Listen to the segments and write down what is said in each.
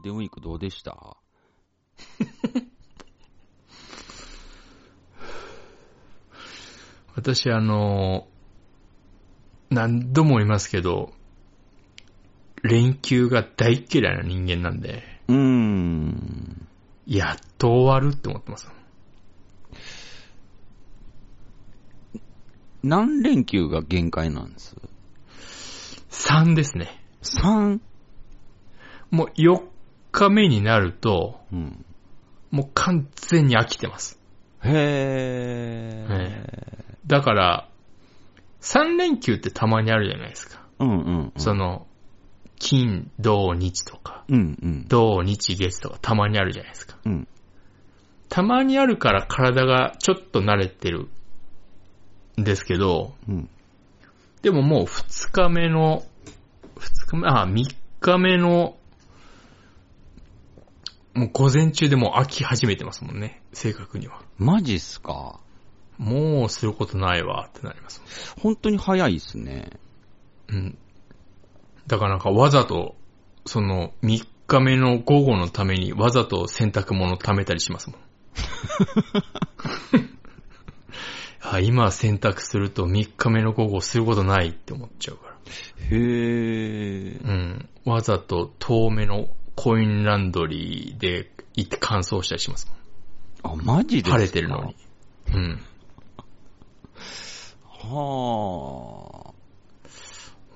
でした。私、あの、何度も言いますけど、連休が大嫌いな人間なんで、うーん。やっと終わるって思ってます。何連休が限界なんです3ですね。 ?3? もう4日目になると、うん。もう完全に飽きてます。へはー。だから、3連休ってたまにあるじゃないですか。うんうんうん。その、金、土、日とか、うんうん。土、日、月とかたまにあるじゃないですか。うん。たまにあるから体がちょっと慣れてるんですけど、うん。でももう2日目の、2日目、あ、3日目の、もう午前中でもう飽き始めてますもんね。正確には。マジっすかもうすることないわってなります本当に早いっすね。もん。うん。だからなんかわざと、その3日目の午後のためにわざと洗濯物貯めたりしますもん。あ今洗濯すると3日目の午後することないって思っちゃうかへー。ら。うん。わざと遠目のコインランドリーで行って乾燥したりしますもん。あ、マジですか晴れてるのに。。うん。は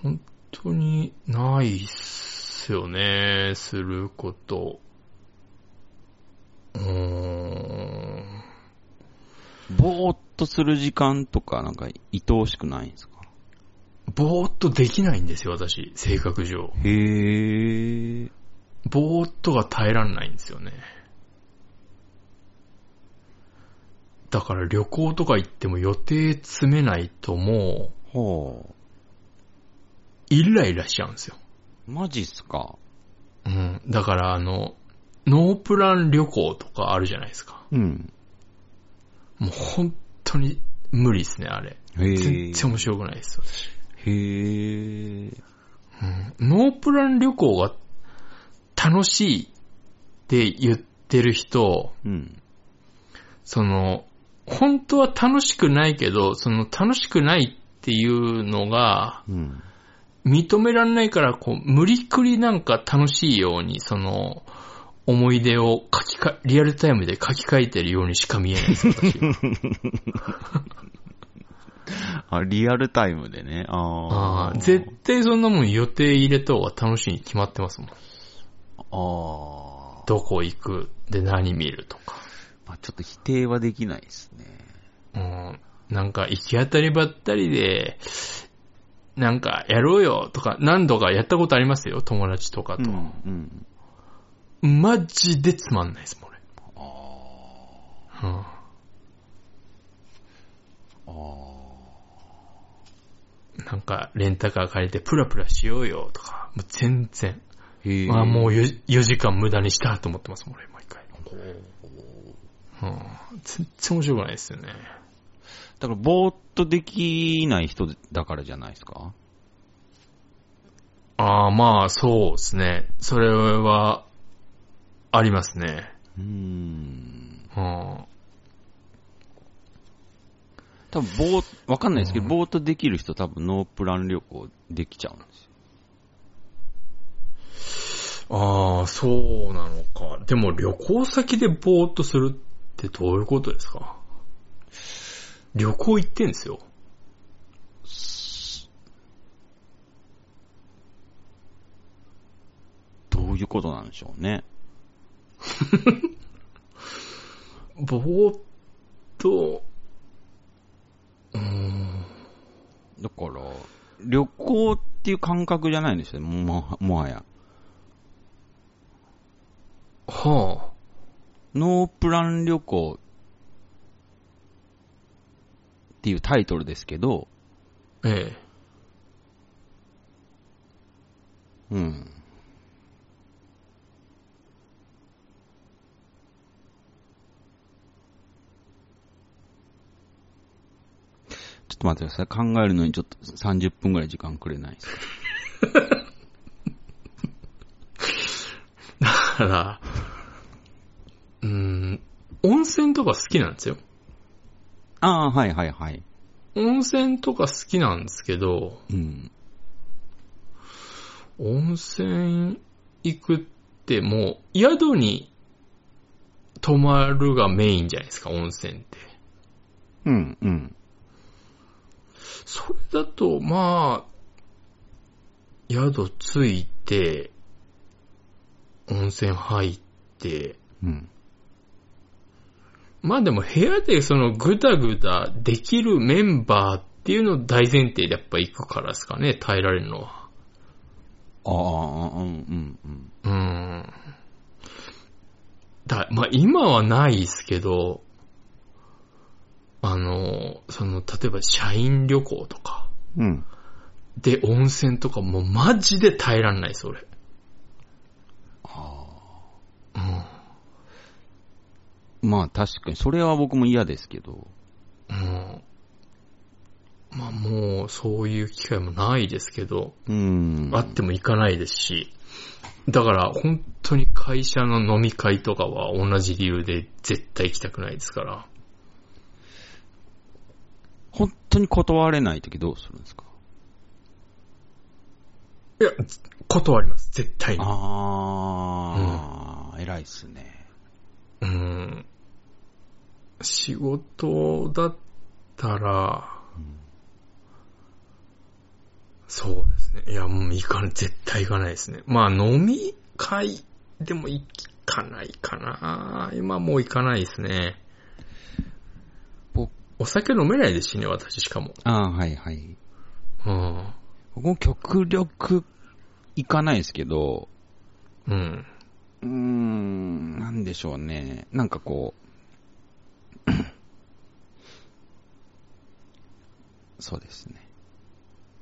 本当にないっすよね、すること。うーん。ー。ぼーっとする時間とか、なんか、愛おしくないんですかぼーっとできないんですよ、私、性格上。へー。ぼーっとが耐えらんないんですよね。だから旅行とか行っても予定詰めないともう、はー。イライラしちゃうんですよ。マジっすかうん。だからあの、ノープラン旅行とかあるじゃないですか。うん。もう本当に無理ですね、あれ。へー。全然面白くないですよ。へー。うんノープラン旅行が楽しいって言ってる人、うん。その、本当は楽しくないけど、その楽しくないっていうのがうん。認められないから、こう、無理くりなんか楽しいように、その、思い出を書きか、リアルタイムで書き換えてるようにしか見えないです、私は。あ、リアルタイムでね。ああー。ー絶対そんなもん予定入れた方が楽しいに決まってますもん。あー。どこ行く、で何見るとか。まあ、ちょっと否定はできないですね。うん、なんか行き当たりばったりで、なんかやろうよとか何度かやったことありますよ、友達とかうと。ん。うん。マジでつまんないですもん、俺。うんあー。なんか、レンタカー借りてプラプラしようよとか、もう全然。へー。あもう 4, 時間無駄にしたと思ってますもん、俺、毎回。うん、全然面白くないですよね。だから、ぼーっとできない人だからじゃないですかああ、まあ、そうですね。それは、ありますね。うーん。うん多分、ぼー、わかんないですけど、ぼーっとできる人多分ノープラン旅行できちゃうんですよ。ああ、そうなのか。でも旅行先でぼーっとするってどういうことですか旅行行ってんですよ。どういうことなんでしょうね。ぼーっと、だから、旅行っていう感覚じゃないんですよ、も、もはや。はノープラン旅行っていうタイトルですけど、あ、ええ。うん。ちょっと待ってください。考えるのにちょっと30分ぐらい時間くれないですかだから、温泉とか好きなんですよ。ああ、はいはいはい。温泉とか好きなんですけど、うん。温泉行くってもう、宿に泊まるがメインじゃないですか、温泉って。うん、うん。それだと、まあ、宿着いて、温泉入って、うん。まあでも部屋でそのぐだぐだできるメンバーっていうのを大前提でやっぱ行くからですかね、耐えられるのは。ああ、うん、うん、うん。うーん。だ、まあ今はないですけど、あの、その、例えば社員旅行とか、うん。で温泉とかもうマジで耐えらんないです、俺。うん。まあ確かに、それは僕も嫌ですけど。うん。まあもう、そういう機会もないですけど、うん。あっても行かないですし、だから本当に会社の飲み会とかは同じ理由で絶対行きたくないですから。本当に断れないときどうするんですかいや、断ります、絶対に。ああ、偉いっすね。うん。仕事だったら、うんそうですね。いや、もう行かない、絶対行かないですね。まあ、飲み会でも行かないかな。今もう行かないですね。僕お酒飲めないですしね、私しかも。ああ、はいはい。うん。僕も極力行かないですけど、うん。うーん、なんでしょうね。なんかこう、 そうですね。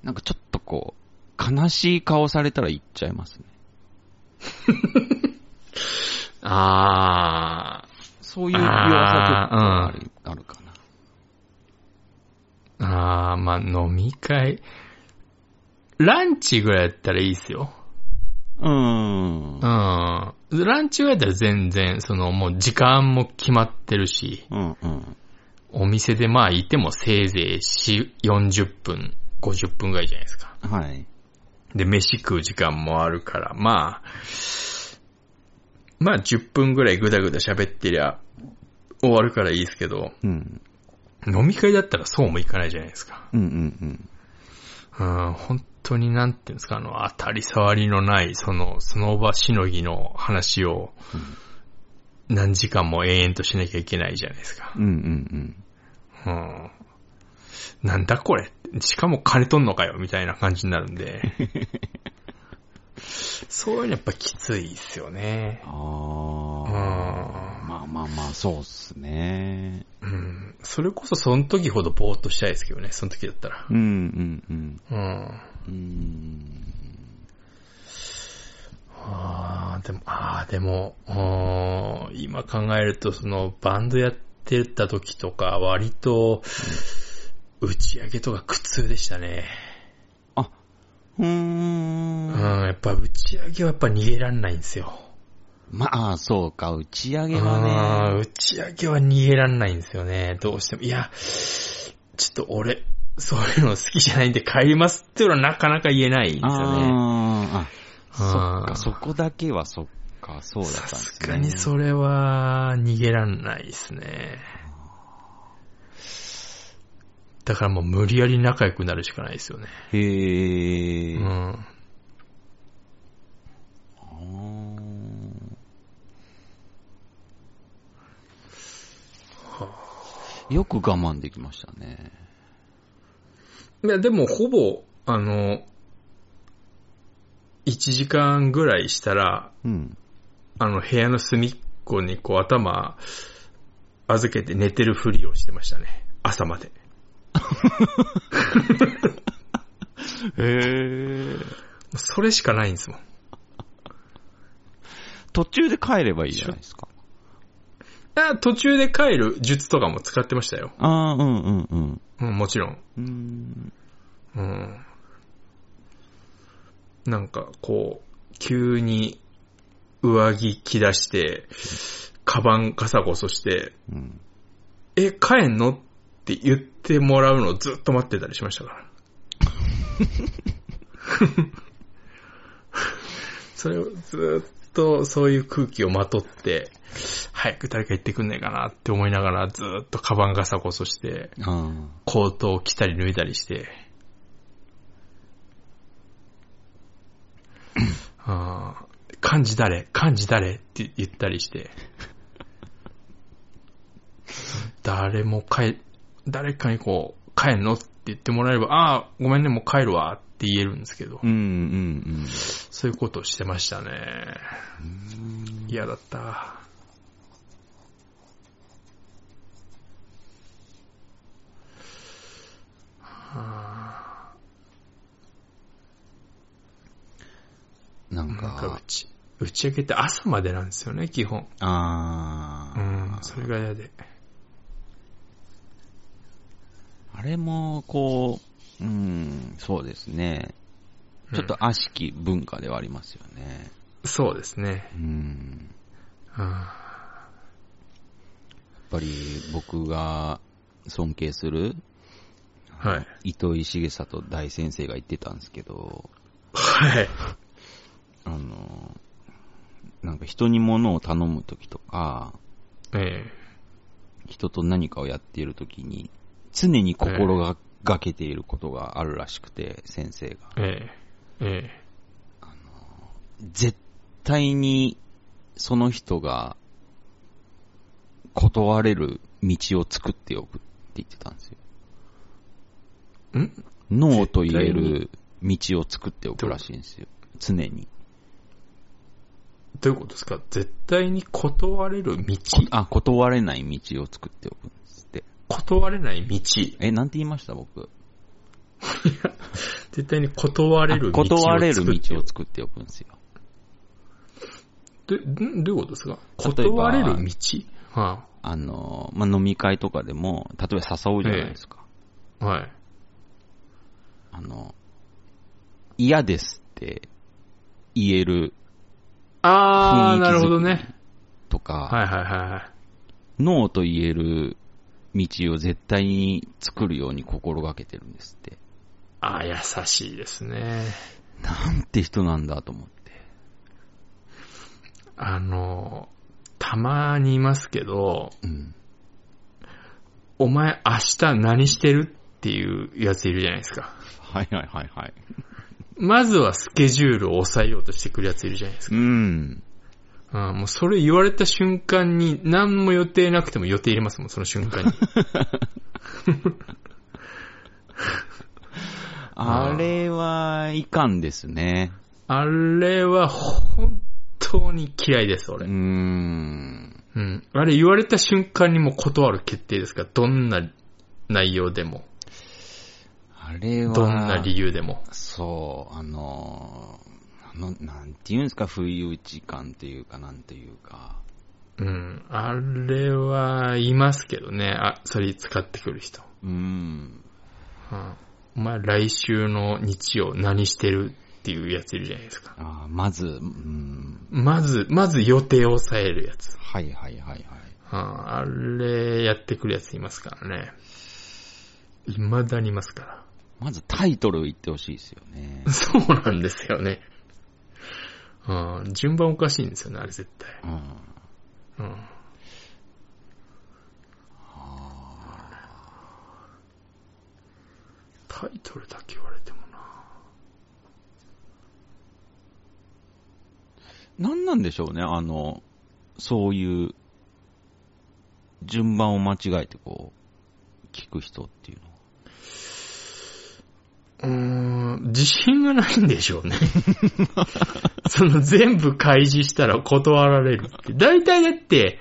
なんかちょっとこう、悲しい顔されたら行っちゃいますね。あー。そういう弱さ結構あるあるかな。あー、まあ、飲み会。ランチぐらいやったらいいですよ。うーん。うん。ランチぐらいだったら全然、そのもう時間も決まってるし、うんうん。お店でまあいてもせいぜいし40分、50分ぐらいじゃないですか。はい。で、飯食う時間もあるから、まあ、まあ10分ぐらいぐだぐだ喋ってりゃ終わるからいいですけど、うん。飲み会だったらそうもいかないじゃないですか。うんうんうん、本当になんていうんですか、あの、当たり障りのない、その、その場しのぎの話を、何時間も延々としなきゃいけないじゃないですかうん。。うんうんうん。なんだこれしかも金取んのかよみたいな感じになるんで。そういうのやっぱきついっすよね。ううん。ああ。ん。まあまあまあ、そうっすね。うん。それこそその時ほどぼーっとしたいですけどね、その時だったらう。んうんうん。うん。うーん。ああ、でも、ああ、でも、うーん今考えると、その、バンドやってた時とか、割と、打ち上げとか苦痛でしたね。あ、うーんうん、。やっぱ打ち上げはやっぱ逃げらんないんですよ。まあ、そうか、打ち上げあはーね。打ち上げは逃げらんないんですよね。どうしても。いや、ちょっと俺、そういうの好きじゃないんで帰りますっていうのはなかなか言えないんですよね。あーあ、そっあーか、そこだけはそっか、そうだったんでさすすね。がにそれは逃げらんないですね。だからもう無理やり仲良くなるしかないですよね。へうー。あん。ーよく我慢できましたね。いや、でもほぼ、あの、1時間ぐらいしたら、うん。あの部屋の隅っこにこう頭預けて寝てるふりをしてましたね。朝まで。へー。それしかないんですもん。途中で帰ればいいじゃないですか。あ途中で帰る術とかも使ってましたよ。ああ、うんうんうん。うん、もちろん。うーん。うん。なんか、こう、急に上着着出して、カバンカサゴソして、うん。え、帰んのって言ってもらうのをずっと待ってたりしましたから。それをずっとそういう空気をまとって、早く誰か行ってくんねえかなって思いながらずっとカバンガサゴソして、あコートを着たり脱いだりして。あー漢字誰漢字誰って言ったりして。誰も帰、誰かにこう、帰んのって言ってもらえれば、ああ、ごめんね、もう帰るわって言えるんですけどあ。、うんうんそういうことをしてましたね。嫌だった。うん。なんなんかか打、ち、打ち上げって朝までなんですよね、基本。あうあ、ん、それが嫌で。あれも、こう、うん、そうですね。ちょっと悪しき文化ではありますよね。そうですね。うん。うんやっぱり僕が尊敬するはい。糸井重里大先生が言ってたんですけど、はい。 あの、なんか人に物を頼むときとか、え人と何かをやっているときに、常に心ががけていることがあるらしくて、先生が。ええええ絶対にその人が断れる道を作っておくって言ってたんですよ。えんノーと言える道を作っておくらしいんですよ。常に。どういうことですか絶対に断れる道。こあ、断れない道を作っておくんですって。断れない道。絶え、なんて言いました僕。対に断れるあ道を作って。断れる道を作っておくんですよ。どんどういうことです例かえば断れる道はあの、まあ、飲み会とかでも、例えば誘うじゃないですか。い。はい。あの、嫌ですって言えるあ雰囲気作りー、なるほどね。とか、はいはいはいはい。ノーと言える道を絶対に作るように心がけてるんですって。あー、優しいですね。なんて人なんだと思って。あの、たまにいますけど、うん。お前明日何してるっていうやついるじゃないですか。はいはいはいはい。まずはスケジュールを抑えようとしてくるやついるじゃないですか。うん。ああもうそれ言われた瞬間に何も予定なくても予定入れますもん、その瞬 間に。あれはいかんですね。あれは本当に嫌いです、うー俺。ん。うん。あれ言われた瞬間にもう断る決定ですから、どんな内容でも、あれは、どんな理由でも。そう、あの、あの、なんていうんですか、不意打ち感というか、なんていうか。うん。あれはいますけどね、あ、それ使ってくる人。うん。うん。お前来週の日曜何してるっていうやついるじゃないですか。あーまず、うん。まず、まず予定を抑えるやつ。はいはいはいはい。うんあれやってくるやついますからね。未だにいますかまずタイトルを言ってほしいですよ ねら。。 そうなんですよね。うん順番おかしいんですよね、あれ絶対。うん。うんタイトルだけ言われてもな。なんなんでしょうね、あの、そういう、順番を間違えてこう、聞く人っていうのは。うーん、自信がないんでしょうね。 その全部開示したら断られるって。大体だって、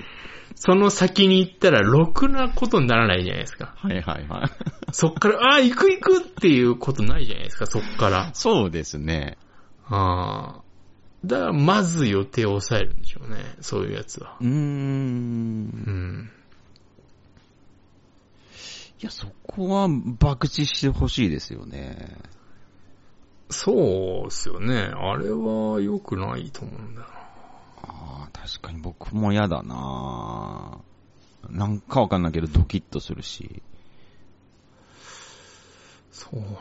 その先に行ったらろくなことにならないじゃないですか。はいはいはい。 そっから、ああ、行く行くっていうことないじゃないですか、そっから。そうですね。ああ。だから、まず予定を抑えるんでしょうね、そういうやつは。うー。うんん。いや、そこは爆打してほしいですよね。そうっすよね。あれは良くないと思うんだよな。あー確かに僕も嫌だななんかわかんないけどドキッとするし、そうなんあ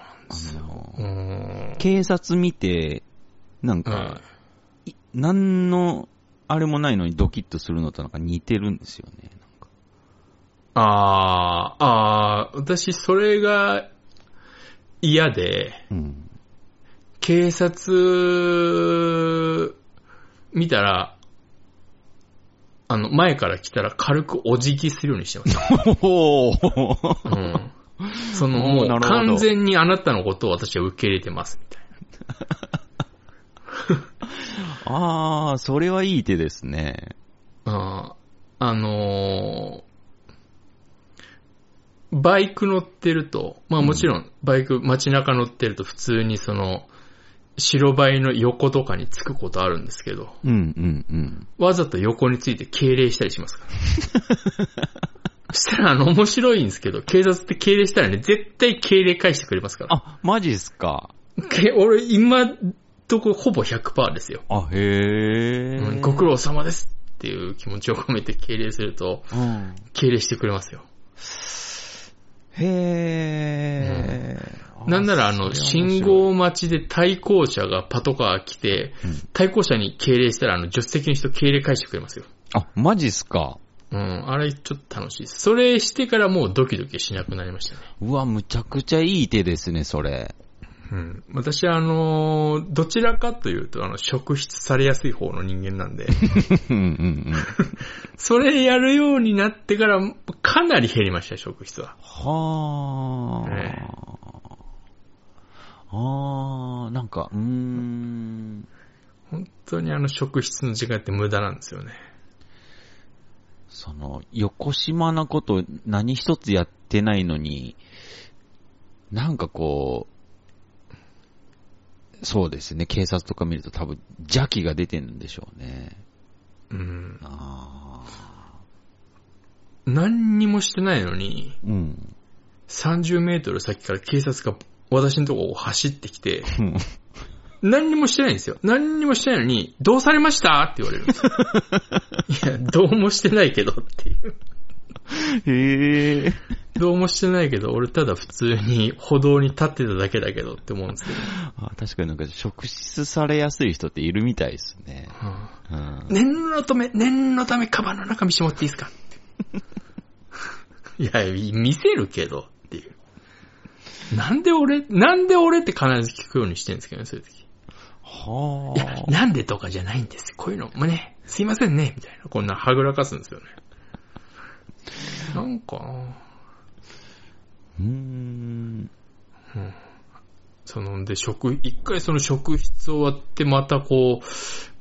のうー、ん。警察見て、なんうか、ん。い何の、あれもないのにドキッとするのとなんか似てるんですよね。なんかあー、あー、私それが嫌で、うん。警察見たら、あの、前から来たら軽くお辞儀するようにしてます。おーうん。 その、おーもうなるほど完全にあなたのことを私は受け入れてます、みたいな。 ああ、それはいい手ですね。あーあのーバイク乗ってると、まあもちろん、バイク街中乗ってると普通にその、白バイの横とかにつくことあるんですけど、うんうんうん。わざと横について敬礼したりしますから。 そしたらあの面白いんですけど、警察って敬礼したらね、絶対敬礼返してくれますから。あ、マジっすか。け俺今、とこほぼ100%ですよ。あ、へえ、うんご苦労様ですっていう気持ちを込めて敬礼すると、うん。敬礼してくれますよ。へーあなんならあそれの、面白い信号待ちで対向車がパトカー来てうん、対向車に敬礼したらあの、助手席の人敬礼返してくれますよ。あ、マジっすか。うん、あれちょっと楽しいです。それしてからもうドキドキしなくなりましたね。うわ、むちゃくちゃいい手ですね、それ。うん。私はあのー、どちらかというと、あの、職質されやすい方の人間なん で、うんうんうん。それやるようになってから、かなり減りました、職質は。はあ。ええああ、なんか、うーん。本当にあの、職質の時間って無駄なんですよね。その、横島なこと何一つやってないのに、なんかこう、そうですね、警察とか見ると多分邪気が出てるんでしょうね。うん。ああ。何にもしてないのに、うん。 30メートル先から警察が私のとこを走ってきて、うん 何にもしてないんですよ。何にもしてないのに、どうされましたって言われるんです よ。いや、どうもしてないけどっていう。へえ。どうもしてないけど、俺ただ普通に歩道に立ってただけだけどって思うんですけど。あ確かになんか、職質されやすい人っているみたいですね。うん。念のため、念のためカバンの中見してもらっていいです かっていや、見せるけどっていう。なんで俺、なんで俺って必ず聞くようにしてるんですけどね、そういう時。はいやあ、。なんでとかじゃないんです。こういうのもね、すいませんね、みたいな。こんなはぐらかすんですよね。なんかなうーん。その、で、職、一回その職質終わって、またこう、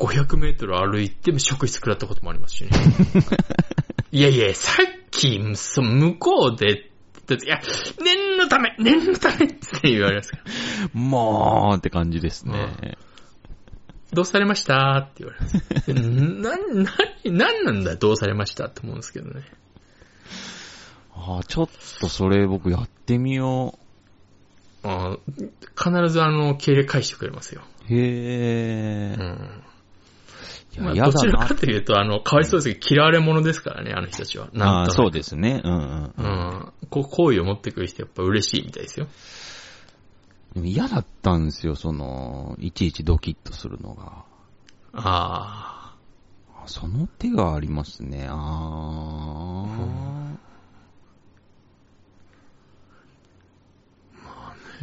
500メートル歩いて、職質食らったこともありますしね。いやいや、さっき、そ向こうで、だっていや、念のため、念のためって言われますから。もうって感じですね。どうされましたって言われます。な、な、なんなんだどうされましたって思うんですけどね。ああ、ちょっとそれ僕やってみよう。あー必ずあの、敬礼返してくれますよ。へうえ。ん。いまや、あ、嫌どだちらなか。というと、あの、かわいそうですけど、嫌われ者ですからね、あの人たちは。あなんあ、となくそうですね。うんうん。うん。こう、好意を持ってくる人やっぱ嬉しいみたいですよ。でも嫌だったんですよ、その、いちいちドキッとするのが。ああその手がありますね。ああ。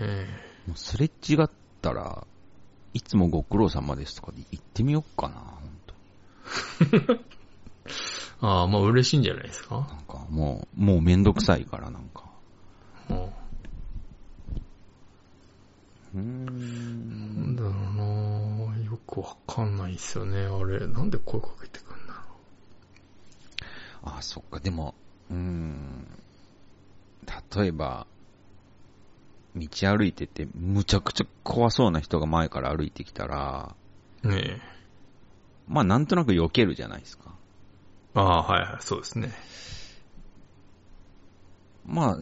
えあ。もうすれ違ったら、いつもご苦労様ですとかで言ってみよっかな、本当えああ、まあ嬉しいんじゃないですか。なんかもう、もうめんどくさいから、なんか。もうーう。ん。なんだろうなよくわかんないですよね、あれ。なんで声かけてくんだろああ、そっか、でも、うーん。例えば、道歩いてて、むちゃくちゃ怖そうな人が前から歩いてきたら、う。ねえ。まあなんとなく避けるじゃないですか。ああ、はいはい、そうですね。まあ、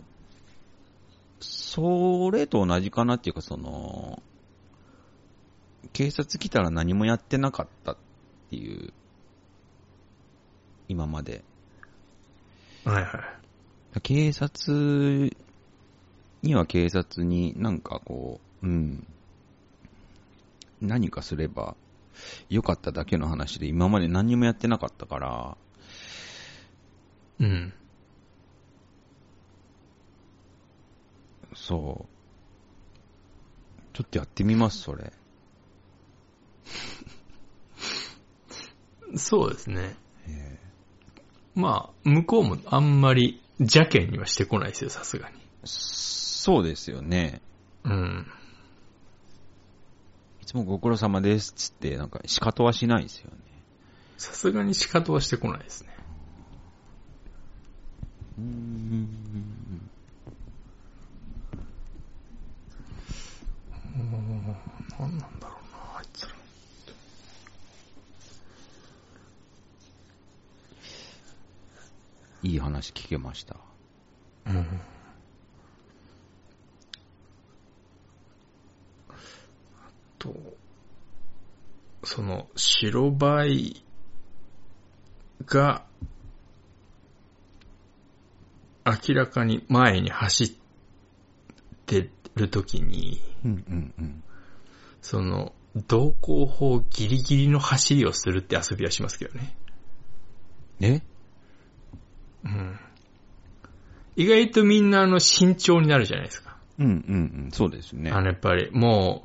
それと同じかなっていうか、その、警察来たら何もやってなかったっていう今まで。はいはい。警察には警察になんかこう、うん、何かすれば良かっただけの話で今まで何もやってなかったから、うん。そう。ちょっとやってみます、それ。そうですね。えまあ、向こうもあんまり邪険にはしてこないですよ、さすがに。ーそうですよね。うん。いつもご苦労様ですっつって、なんか仕方はしないですよね。さすがに仕方はしてこないですね。うーん。何なんだろうな、あいつら。いい話聞けました。うんあと、その、白バイが、明らかに前に走ってるときに、うんうんうん。その、道交法ギリギリの走りをするって遊びはしますけどね。えうん。意外とみんなあの慎重になるじゃないですか。うんうんうん。そうですね。あの、やっぱり、も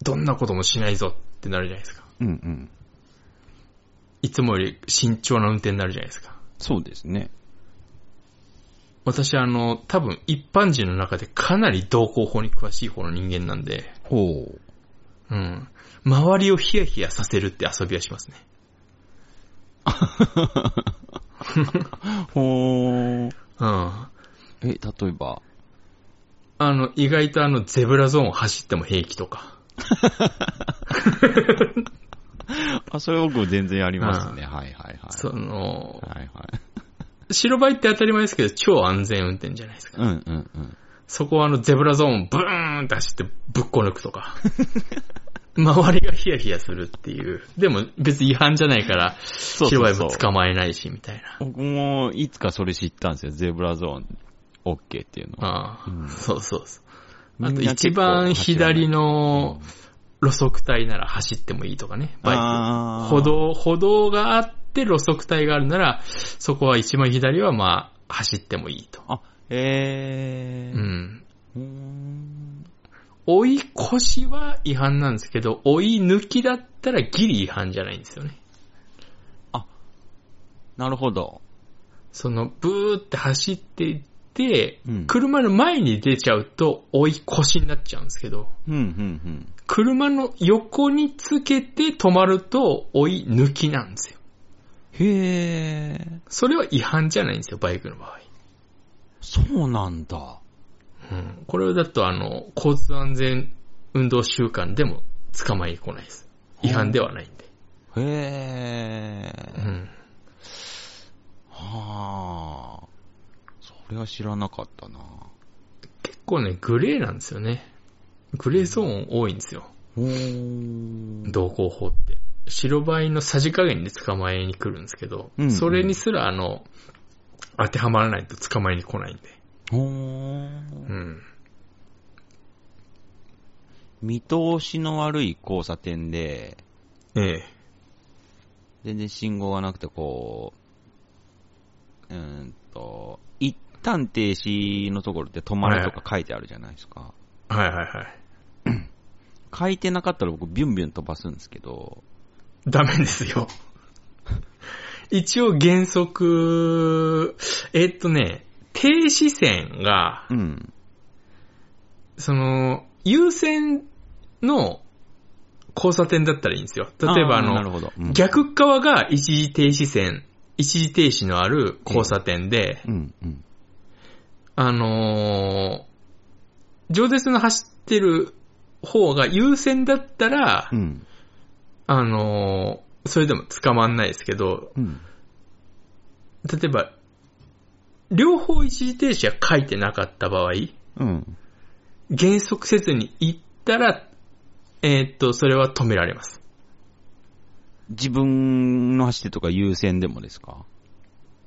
う、どんなこともしないぞってなるじゃないですか。うんうん。いつもより慎重な運転になるじゃないですか。そうですね。私、あの、多分、一般人の中でかなり道交法に詳しい方の人間なんで、ほう。うん。周りをヒヤヒヤさせるって遊びはしますね。ほう。うん。え、例えば。あの、意外とあの、ゼブラゾーンを走っても平気とか。あ、それ僕全然ありますね。うはいはいはい。その、はいはい。白バイって当たり前ですけど、超安全運転じゃないですか。うんうんうん。そこはあの、ゼブラゾーンをブーンって走ってぶっこ抜く とか。周りがヒヤヒヤするっていう。でも別に違反じゃないから、そう白バイそうもそう捕まえないし、みたいな。僕もいつかそれ知ったんですよ。ゼブラゾーン OK っていうのは。ああ、うんそうそうそう。あみんとな一結構走らない番左うんの路側帯なら走ってもいいとかね、バイク。あー歩。道、歩道があって路側帯があるなら、そこは一番左はまあ、走ってもいいと。あ、えうー。ん。うーん。追い越しは違反なんですけど、追い抜きだったらギリ違反じゃないんですよね。なるほど。その、ブーって走っていって、うん車の前に出ちゃうと追い越しになっちゃうんですけど、うんうん車の横につけて止まると追い抜きなんですよ。うん。へー。それは違反じゃないんですよ、バイクの場合。そうなんだ。うん。これだと、あの、交通安全運動習慣でも捕まえに来ないです。違反ではないんで。へうー。ん。はあ。それは知らなかったな。結構ね、グレーなんですよね。グレーゾーン多いんですよ。ほー。同行法って。白バイのさじ加減で捕まえに来るんですけど、うんうんそれにすらあの、当てはまらないと捕まえに来ないんで。ほうー。ん。見通しの悪い交差点で、ええ。全然信号がなくて、こう、うーんと、一旦停止のところって止まれとか書いてあるじゃないですか。はいはいはい。書いてなかったら僕ビュンビュン飛ばすんですけど、ダメですよ。 一応原則、えっとね、停止線が、うん。その、優先の交差点だったらいいんですよ。例えばあーのな、るほど、うん、逆側が一時停止線、一時停止のある交差点で、うん、うん。あのー、上舌の走ってる方が優先だったら、うん。あのー、それでも捕まんないですけど、うん。例えば、両方一時停止が書いてなかった場合、うん。減速せずに行ったら、えーっと、それは止められます。自分の走ってとか優先でもですか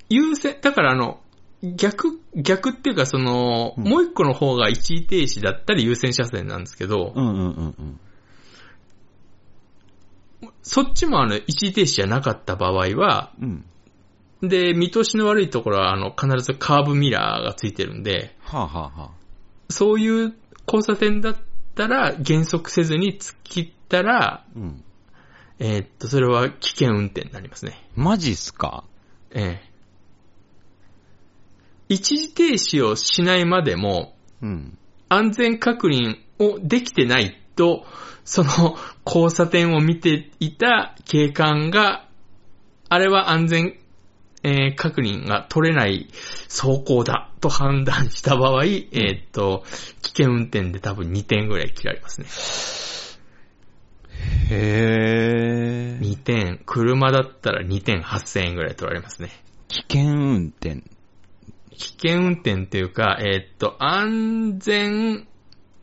優先、だからあの、逆、逆っていうかその、うんもう一個の方が一時停止だったり優先車線なんですけど、うんうんうんうん。そっちもあの、一時停止じゃなかった場合は、うん。で、見通しの悪いところはあの、必ずカーブミラーがついてるんで、はあ、はあはあ、そういう交差点だったら減速せずに突っ切ったら、うん。えーっと、それは危険運転になりますね。マジっすかええ。一時停止をしないまでも、うん。安全確認をできてないと、その交差点を見ていた警官が、あれは安全、えー確認が取れない走行だと判断した場合、えーっと、危険運転で多分2点ぐらい切られますね。へえ。 2点、車だったら2点8000円ぐらい取られますね。危険運転。危険運転っていうか、えーっと、安全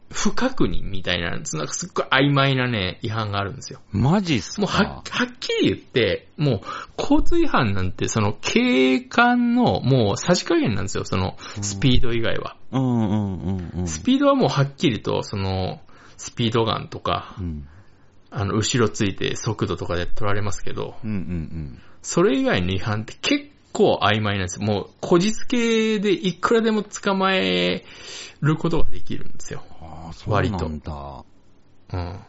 不確認みたいな、そんなすっごい曖昧なね、違反があるんですよ。マジっすかもうはっ、はっきり言って、もう、交通違反なんて、その、警官の、もう、さじ加減なんですよ、その、スピード以外は。うんうんうんうん。スピードはもうはっきりと、その、スピードガンとかう、ん。あの、後ろついて速度とかで取られますけど、うんうんそれ以外の違反って結構曖昧なんですよ。もう、こじつけでいくらでも捕まえることができるんですよ。うん。ああ、そうなんだ。うん。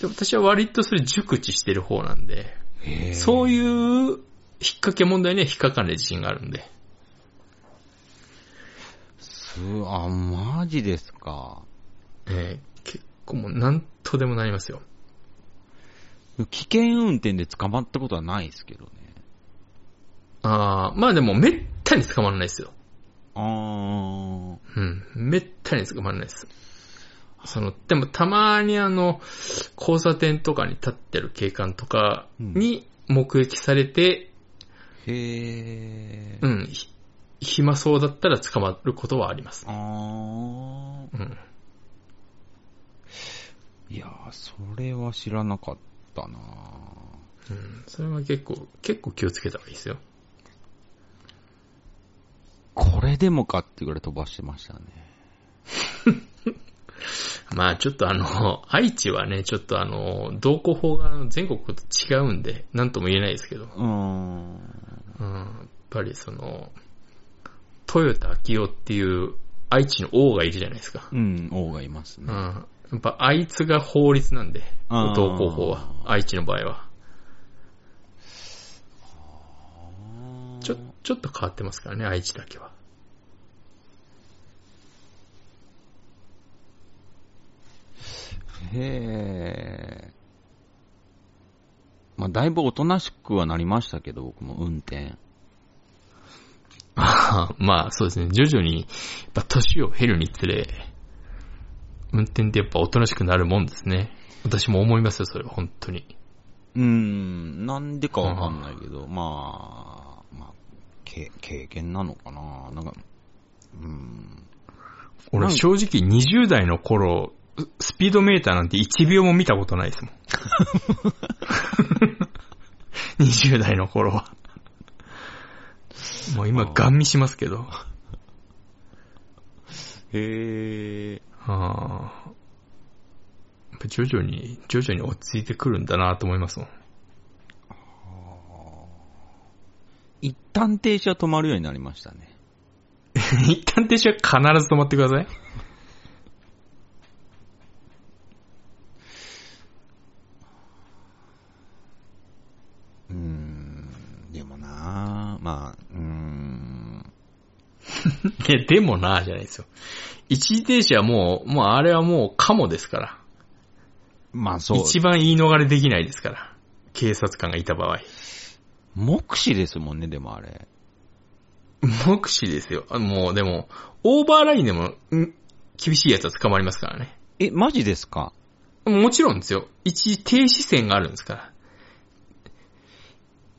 で私は割とそれ熟知してる方なんで、へえ。そうう。いう引っ掛け問題には引っかかんない自信があるんで。す、あ、マジですか。えー結構もう何とでもなりますよ。危険運転で捕まったことはないですけどね。あーまあでもめったに捕まらないですよ。ああ。うん。めったに捕まらないです。その、でもたまにあの、交差点とかに立ってる警官とかに目撃されて、へえ。うん、ひ暇そうだったら捕まることはあります。ああ。うん。いやー、それは知らなかったなうん。それは結構、結構気をつけた方がいいですよ。これでもかってぐらい飛ばしてましたね。まあちょっとあの、 愛知はね、ちょっとあの、道交法があの全国と違うんで、なんとも言えないですけど、うーん。うん、やっぱりその、トヨタ秋夫っていう愛知の王がいるじゃないですか。うん、王がいますうね。ん。やっぱあいつが法律なんで、あー道交法は、愛知の場合は。ちょ、ちょっと変わってますからね、愛知だけは。 へえ。まあ、だいぶおとなしくはなりましたけど、僕も運転。まあそうですね、徐々に、やっぱ年を経るにつれ、運転ってやっぱおとなしくなるもんですね。私も思いますよ、それは、本当に。うーん、なんでかわかんないけど、まあ、まあ、け経験なのかななんか、うん。俺なん正直20代の頃、スピードメーターなんて1秒も見たことないですも ん。20代の頃は。もう今あーガン見しますけど。へえ。あーやっぱ徐々に、徐々に落ち着いてくるんだなと思いますもん。 一旦停止は止まるようになりましたね。一旦停止は必ず止まってください。うーん、でもなぁ、まあ、うーん、ね、でもな、じゃないですよ。一時停止はもう、もうあれはもうカモですから。まあそう、一番言い逃れできないですから。警察官がいた場合。目視ですもんね、でもあれ。目視ですよ。あもう、でも、オーバーラインでも、ん厳しいやつは捕まりますからね。え、マジですかもちろんですよ。一時停止線があるんで すか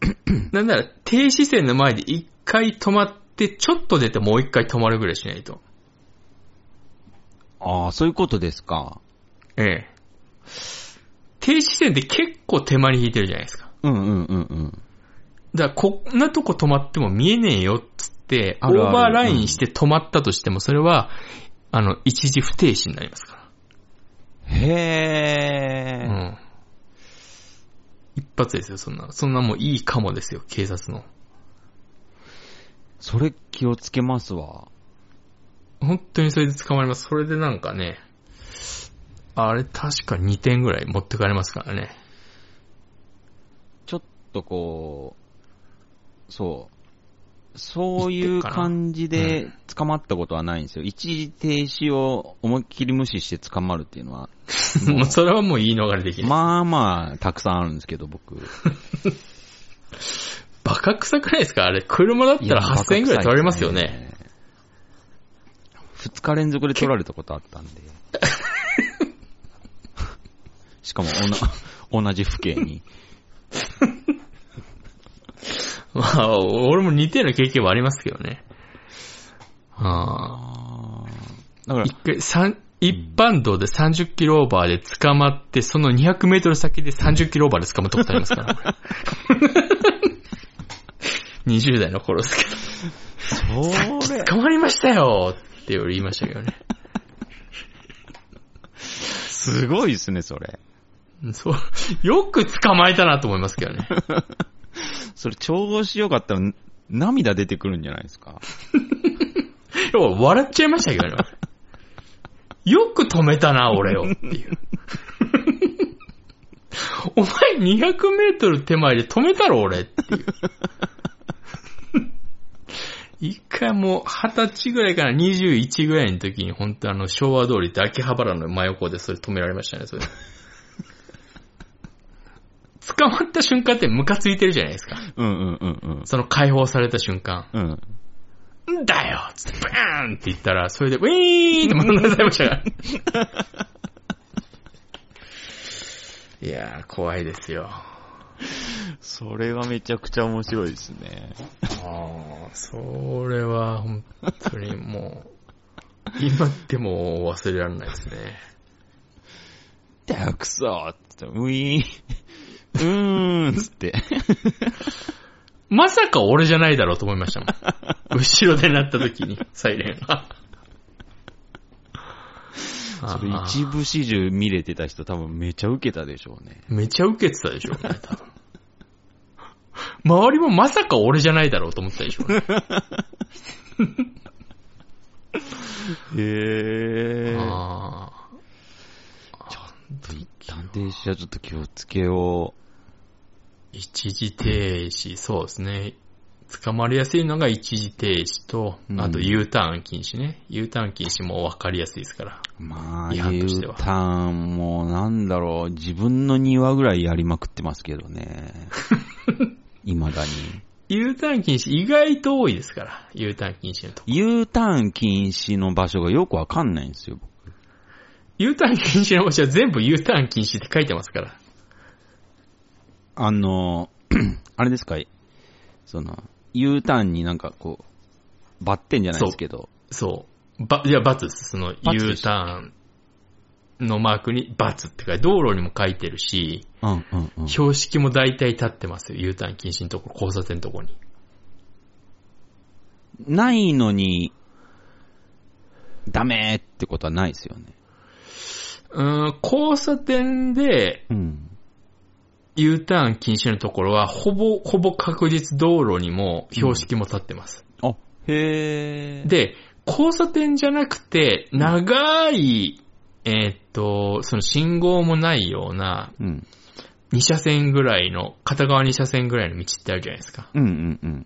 ら。なんなら、停止線の前で一回止まって、ちょっと出てもう一回止まるぐらいしないと。ああ、そういうことですか。ええ。停止線って結構手間に引いてるじゃないですか。うんうんうんうん。だからこんなとこ止まっても見えねえよっつって、あるあるオーバーラインして止まったとしても、それは、あの、一時不停止になりますかへら。ー。うん。一発ですよ、そんな。そんなもういいかもですよ、警察の。それ気をつけますわ。本当にそれで捕まります。それでなんかね、あれ確か2点ぐらい持ってかれますから ね。ちょっとこう、そう。そういう感じで捕まったことはないんですよ。一時停止を思いっきり無視して捕まるっていうのは、もうそれはもう言い逃れできない。まあまあ、たくさんあるんですけど、僕。バカ臭くないですかあれ、車だったら8000円ぐらい取られますよね。。二日連続で取られたことあったん で。しかもおな、同じ府警に。まあ、俺も似たような経験はありますけどね。あああ。ーだから一、回、三、一般道で30キロオーバーで捕まって、その200メートル先で30キロオーバーで捕まったことありますから、 俺20代の頃ですけど。それ、捕まりましたよって俺言いましたけどね。 すごいですね、それ。そう。よく捕まえたなと思いますけどね。それ、調合しよかったら、涙出てくるんじゃないですか。いや笑っちゃいましたけどね。俺よく止めたな、俺をっていう。お前200メートル手前で止めたろ、俺っていう。一回もう20歳ぐらいから21ぐらいの時に本当あの昭和通りって秋葉原の真横でそれ止められましたね、それ。捕まった瞬間ってムカついてるじゃないですか。うんうんうんうん。その解放された瞬間。うん。んだよつって、バーンって言ったら、それで、ウィーンって戻らされましたから。いやー、怖いですよ。それはめちゃくちゃ面白いですね。あーそれは、本当にもう、今でも忘れられないですね。だよ、くそーっつって、ウィーン。うーん、つ って。まさか俺じゃないだろうと思いましたもん。後ろで鳴った時に、サイレンが。それ一部始終見れてた人多分めちゃウケたでしょうね。めちゃ受けてたでしょうね、多分。周りもまさか俺じゃないだろうと思ってた でしょうね。へー。あ探偵しはちょっと気をつけよー一時停止、そうですね。捕まりやすいのが一時停止とう、んあと U ターン禁止ね。U ターン禁止も分かりやすいですから。う。まあ、違 U 反としてはターンもなんだろう、自分の庭ぐらいやりまくってますけど ね。いまだに。 U ターン禁止意外と多いですから。U ターン禁止のとこ。 U ターン禁止の場所がよくわかんないんですよ。 U ターン禁止の場所は全部 U ターン禁止って書いてますから。あの、 あれですかその、U ターンになんかこう、バッテンじゃないですけど、そう。ば、いや、×です。その×で U しターンのマークに×って書いて、道路にも書いてるし、うんうんうん。標識も大体立ってますよ。U ターン禁止のところ、交差点のところに。ないのに、ダメってことはないですよね。うーん、交差点でうん。 U ターン禁止のところは、ほぼ、ほぼ確実道路にも標識も立ってます。あ、へー。、で、交差点じゃなくて、長い、えーっと、その信号もないような、うん。 2車線ぐらいの、片側2車線ぐらいの道ってあるじゃないですか。うんうんうん。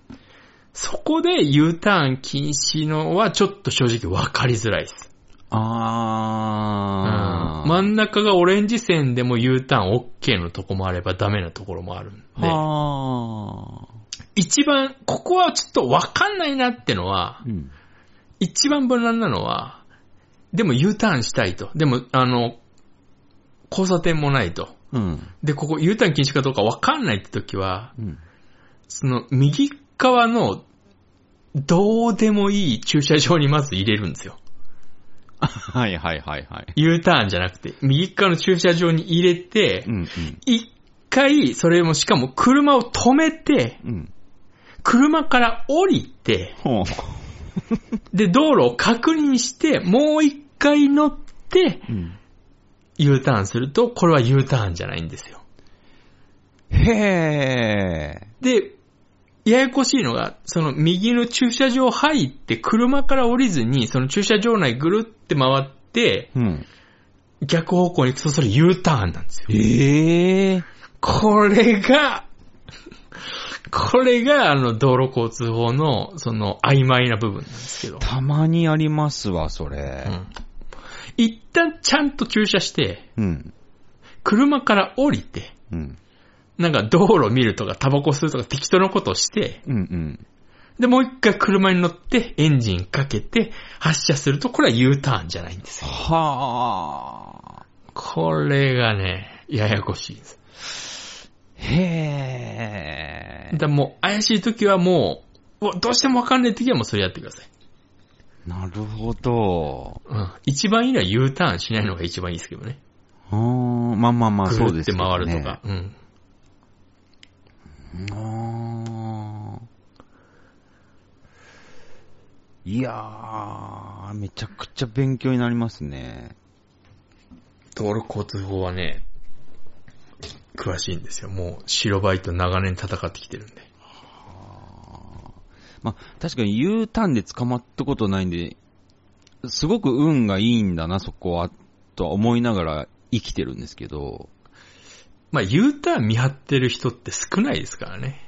そこで U ターン禁止のはちょっと正直分かりづらいです。うんあー。真ん中がオレンジ線でも U ターン OK のとこもあればダメなところもあるんで、は一番、ここはちょっと分かんないなってのはー。、うん。一番無難なのは、でも U ターンしたいと。でも、あの、交差点もないと。うん。で、ここ U ターン禁止かどうか分かんないって時は、うん。その右側のどうでもいい駐車場にまず入れるんですよ。はいはいはいはい。 U ターンじゃなくて、右側の駐車場に入れてう、ん一回、それもしかも車を止めて、うん。うん。車から降りて、ほう。で、道路を確認して、もう一回乗って、U ターンすると、これは U ターンじゃないんですよ。へえ。で、ややこしいのが、その右の駐車場入って、車から降りずに、その駐車場内ぐるって回って、うん。逆方向に行くと、それ U ターンなんですよ。ええ。これが、これが、あの、道路交通法の、その、曖昧な部分なんですけど。たまにありますわ、それう。ん一旦ちゃんと駐車して、うん。車から降りて、うん。なんか道路見るとかタバコ吸うとか適当なことをして、うんうん。で、もう一回車に乗ってエンジンかけて発車すると、これは U ターンじゃないんですよ。はあ。これがね、ややこしいです。へだえ。からもう怪しい時はもう、うわどうしてもわかんない時はもうそれやってください。なるほど。うん。一番いいのは U ターンしないのが一番いいですけどね。あーまあまあまあ、そうぐるでっすてよね回るとか。。うん。あーいやー、めちゃくちゃ勉強になりますね。道路交通法はね、詳しいんですよ。もう白バイと長年戦ってきてるんで。まあ、確かに U ターンで捕まったことないんで、すごく運がいいんだな、そこは、とは思いながら生きてるんですけど、まあ U ターン見張ってる人って少ないですからね。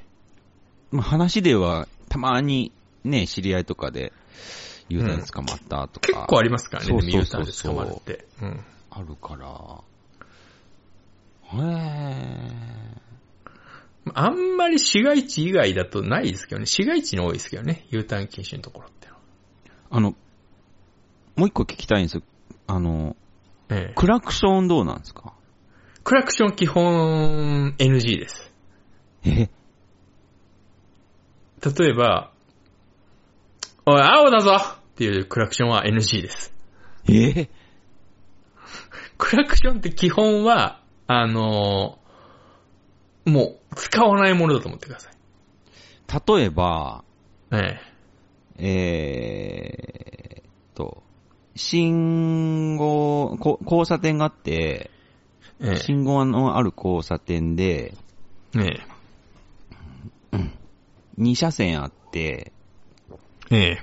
まあ、話ではたまにね、知り合いとかで U ターンで捕まったと結か、構ありますからね、そうでそうも U タそーンうでそう捕まるって。うん。あるから、へあんまり市街地以外だとないですけどね、市街地に多いですけどね、U ターン禁止のところってのは。ー。あの、もう一個聞きたいんですよ。あの、ええ。クラクションどうなんですかクラクション基本 NG です。え例えば、おい、青だぞっていうクラクションは NG です。えクラクションって基本は、あのーもう使わないものだと思ってください。例えば、ええーっと、信号、こ交差点があって、え。え信号のある交差点で、え。え2車線あって、え。え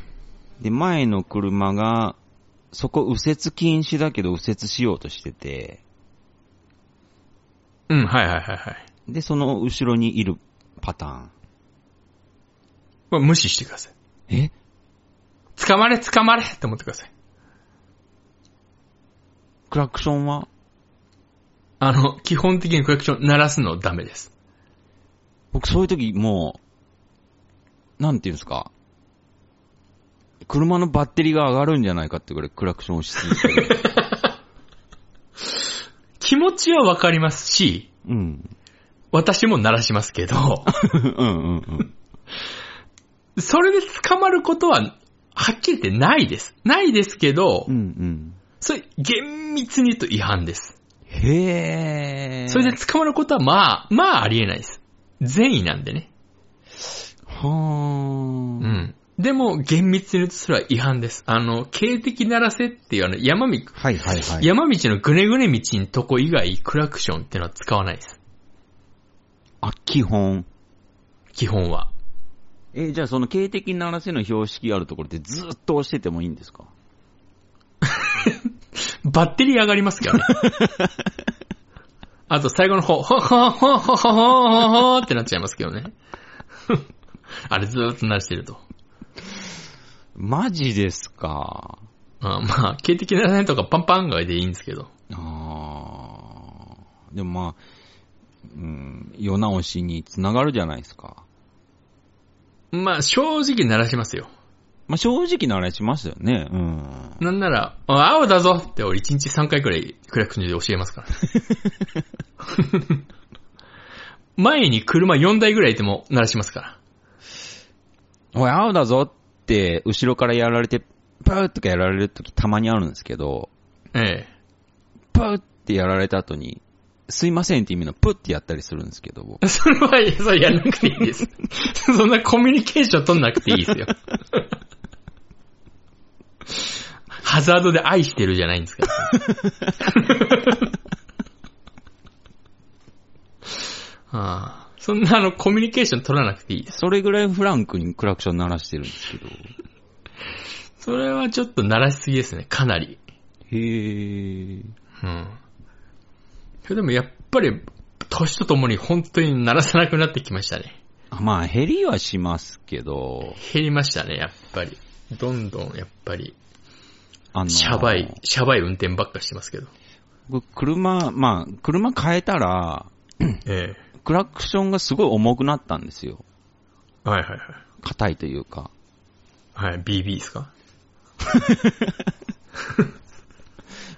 え。で、前の車が、そこ右折禁止だけど右折しようとしてて、うん、はいはいはいはい。で、その後ろにいるパターン。まあ、無視してください。え捕まれ、捕まれって思ってください。クラクションはあの、基本的にクラクション鳴らすのダメです。僕そういう時もう、なんていうんですか、車のバッテリーが上がるんじゃないかってぐらいクラクションをしすぎて。気持ちはわかりますし、 うん。私も鳴らしますけ ど、うんうんうん。それで捕まることは、はっきり言ってないです。ないですけどうんう、ん。それ、厳密に言うと違反です。へー。それで、捕まることは、まあ、まあありえないです。善意なんでね。はーん。うん。でも、厳密に言うとそれは違反です。あの、警笛鳴らせっていうあの、山道、はいはいはい。山道のぐねぐね道のとこ以外、クラクションってのは使わないです。あ、基本。基本は。えーじゃあその警笛鳴らせの標識あるところってずーっと押しててもいいんですかバッテリー上がります けどね。あと最後の方、ほほほほほほほほってなっちゃいますけどね。 あれずーっと鳴らしてると。マジですか。あまあ、警笛鳴らないとかパンパン外でいいんですけど。あー。でもまあ、うん、世直しにつながるじゃないですか。まあ、正直鳴らしますよ。まあ、正直なあれしますよね。うん。なんなら、あ青だぞって俺1日3回くらいクラクションで教えますから。前に車4台ぐらいいても鳴らしますから。おい、青だぞって、後ろからやられて、プーとかやられるときたまにあるんですけど、ええ。プーってやられた後に、すいませんって意味のプッてやったりするんですけど、僕。それは、それやらなくていいです。そんなコミュニケーション取んなくていいですよ。ハザードで愛してるじゃないんですから。ああそんなあのコミュニケーション取らなくていいです。それぐらいフランクにクラクション鳴らしてるんですけど。それはちょっと鳴らしすぎですね、かなり。へー。うん。それでもやっぱり、年とともに本当に鳴らさなくなってきましたね。あまあ、減りはしますけど、減りましたね、やっぱり。どんどん、やっぱり、あの、シャバい、シャバい運転ばっかしてますけど。僕、車、まあ、車変えたら、ええ。クラクションがすごい重くなったんですよ。はいはい硬いというか。はい。はい、BB ですか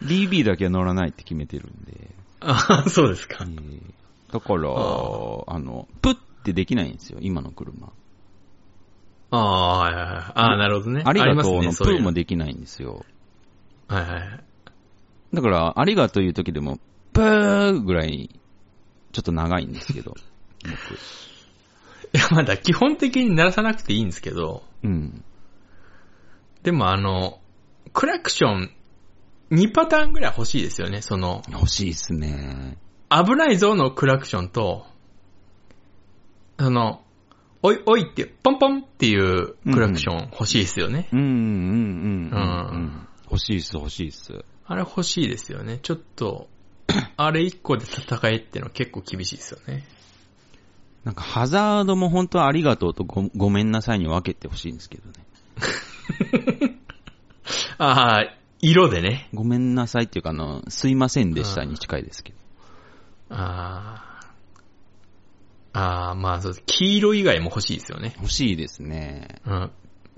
BB だけは乗らないって決めてるんで。ああ、そうですえか。ーだから、ああの、プッてできないんですよ、今の車。ああ、はいはいはい。ああ、なるほどね。ありがますとうのねプそういーうのもできないんですよ。はいはい。だから、ありがとういう時でも、プーぐらい、ちょっと長いんですけ ど。いや、まだ基本的に鳴らさなくていいんですけど、うん。でもあの、クラクション、2パターンぐらい欲しいですよね。その、欲しいっすね。危ないぞのクラクションと、その、おいおいって、ポンポンっていうクラクション欲しいですよね。うん、うん、うん。うんううん欲しいっす、欲しいっす。あれ欲しいですよね。ちょっと、あれ一個で戦えってのは結構厳しいですよね。なんか、ハザードも本当はありがとうとごごめんなさいに分けてほしいんですけどね。ああ、色でね。ごめんなさいっていうか、あの、すいませんでしたに近いですけど。ああ。ああ、まあそうです。黄色以外も欲しいですよね。欲しいですね。うん。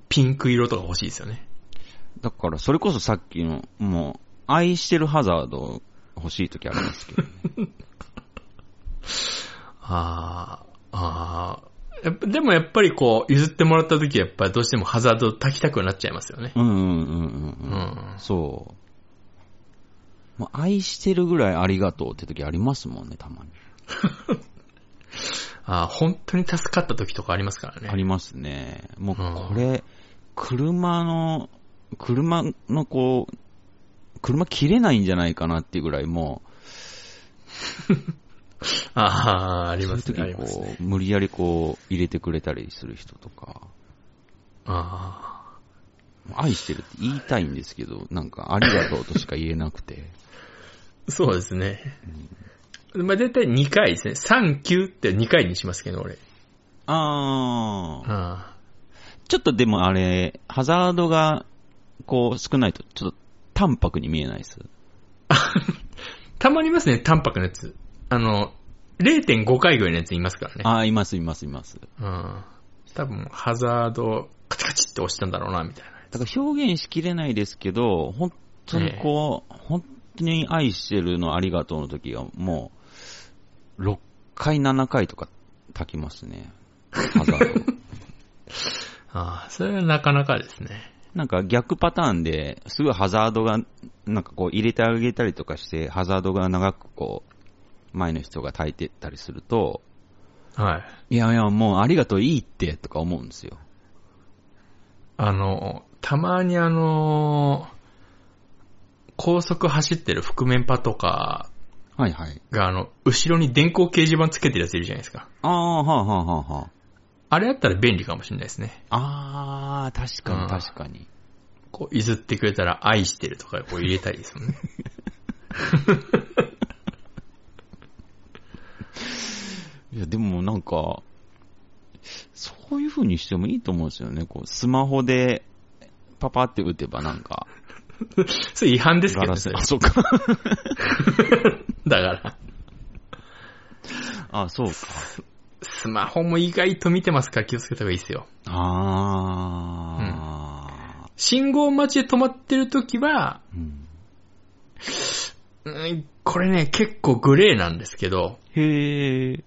ピンク色とか欲しいですよね。だから、それこそさっきの、もう、愛してるハザード欲しい時ありますけどね。ああ、ああ。やっぱでもやっぱりこう、譲ってもらった時はやっぱりどうしてもハザード炊きたくなっちゃいますよね。 うんうんうんううんうん。ん。そう。もう愛してるぐらいありがとうって時ありますもんね、たまに。ああ、本当に助かった時とかありますからね。ありますね。もううんこれ、車の、車のこう、車切れないんじゃないかなっていうぐらいもああ、あう、りそうまいうす時ね。ありにますね。こう、無理やりこう、入れてくれたりする人とか、あ愛してるって言いたいんですけど、なんかありがとうとしか言えなくて。あ、そうですね。まあ、だいたい2回ですね。3、9って2回にしますけど、俺。あー。あちょっとでもあれ、ハザードが、こう、少ないと、ちょっと淡白に見えないです。あ。たまりますね、淡白なやつ。あの、0.5回ぐらいのやついますからね。ああ、います、います、います。うん。多分、ハザード、カチカチって押したんだろうな、みたいな。だから表現しきれないですけど、本当にこう、本当に愛してるのありがとうの時はもう、6回、7回とか炊きますね。ハザード。ああ、それはなかなかですね。なんか逆パターンで、すごいハザードが、なんかこう入れてあげたりとかして、ハザードが長くこう、前の人が炊いてったりすると、はいい。やいや、もうありがとういいって、とか思うんですよ。あの、たまにあの、高速走ってる覆面パとかはいはい。が、あの、後ろに電光掲示板つけてるやついるじゃないですか。ああ、はあはあはあはあ。あれやったら便利かもしれないですね。ああ、確かうんに確かに。こう、譲ってくれたら愛してるとかこう入れたりですもんね。 いや、でもなんか、そういう風にしてもいいと思うんですよね。こう、スマホで、パパって打てばなんか、それ違反ですけガどラね、スそれあ、そうか。 だから。 あ、そうか。スマホも意外と見てますから気をつけた方がいいですよ。あ信号待ちで止まってる時は、ー。うんうんこれね、結構グレーなんですけど、へー。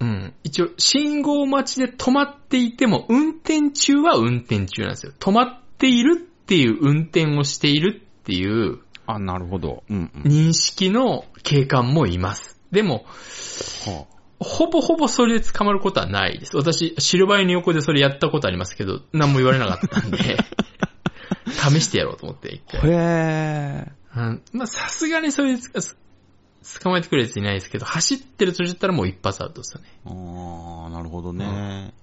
うん。一応、信号待ちで止まっていても、運転中は運転中なんですよ。止まっているっていう運転をしているっていうあ、なるほど。うん、うん。認識の警官もいます。でも、はほぼほぼそれで捕まることはないです。私、シルバイの横でそれやったことありますけど、何も言われなかったんで、 試してやろうと思って、一あ、回。へえ。うん、まあ、さすがにそれでつかす捕まえてくるやついないですけど、走ってる途中だったらもう一発アウトですよね。あー、なるほどね。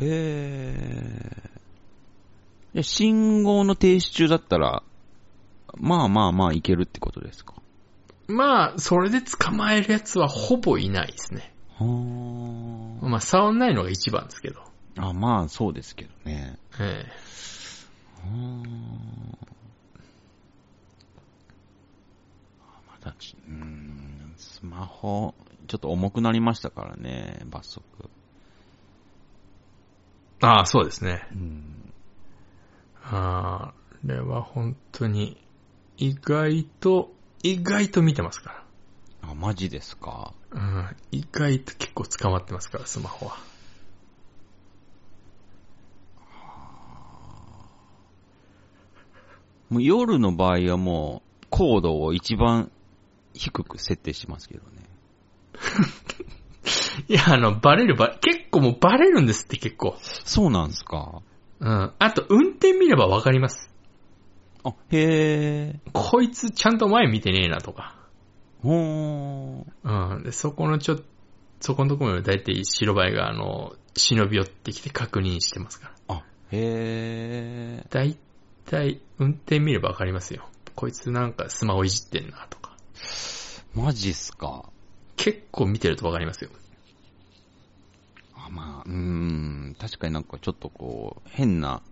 へえ。いや信号の停止中だったら、まあまあまあいけるってことですか。まあ、それで捕まえるやつはほぼいないですね。はーまあ、触んないのが一番ですけど。あ、まあそうですけどね。ええはーあまだち、うーん、スマホ、ちょっと重くなりましたからね、罰則。ああ、そうですね。うん。あれは本当に、意外と、意外と見てますから。あ、マジですか。うん、意外と結構捕まってますから、スマホは。もう夜の場合はもう、高度を一番低く設定しますけどね。いや、あの、バレるば、結構もうバレるんですって結構。そうなんですか。うん。あと、運転見ればわかります。あ、へえ。こいつちゃんと前見てねえなとか。ほー。うん。で、そこのちょ、そこのところにだいたい白バイが、あの、忍び寄ってきて確認してますから。あ、へえ。だいたい、運転見ればわかりますよ。こいつなんかスマホいじってんなとか。マジっすか。結構見てるとわかりますよ。あ、まあ、うーん。確かになんかちょっとこう、変な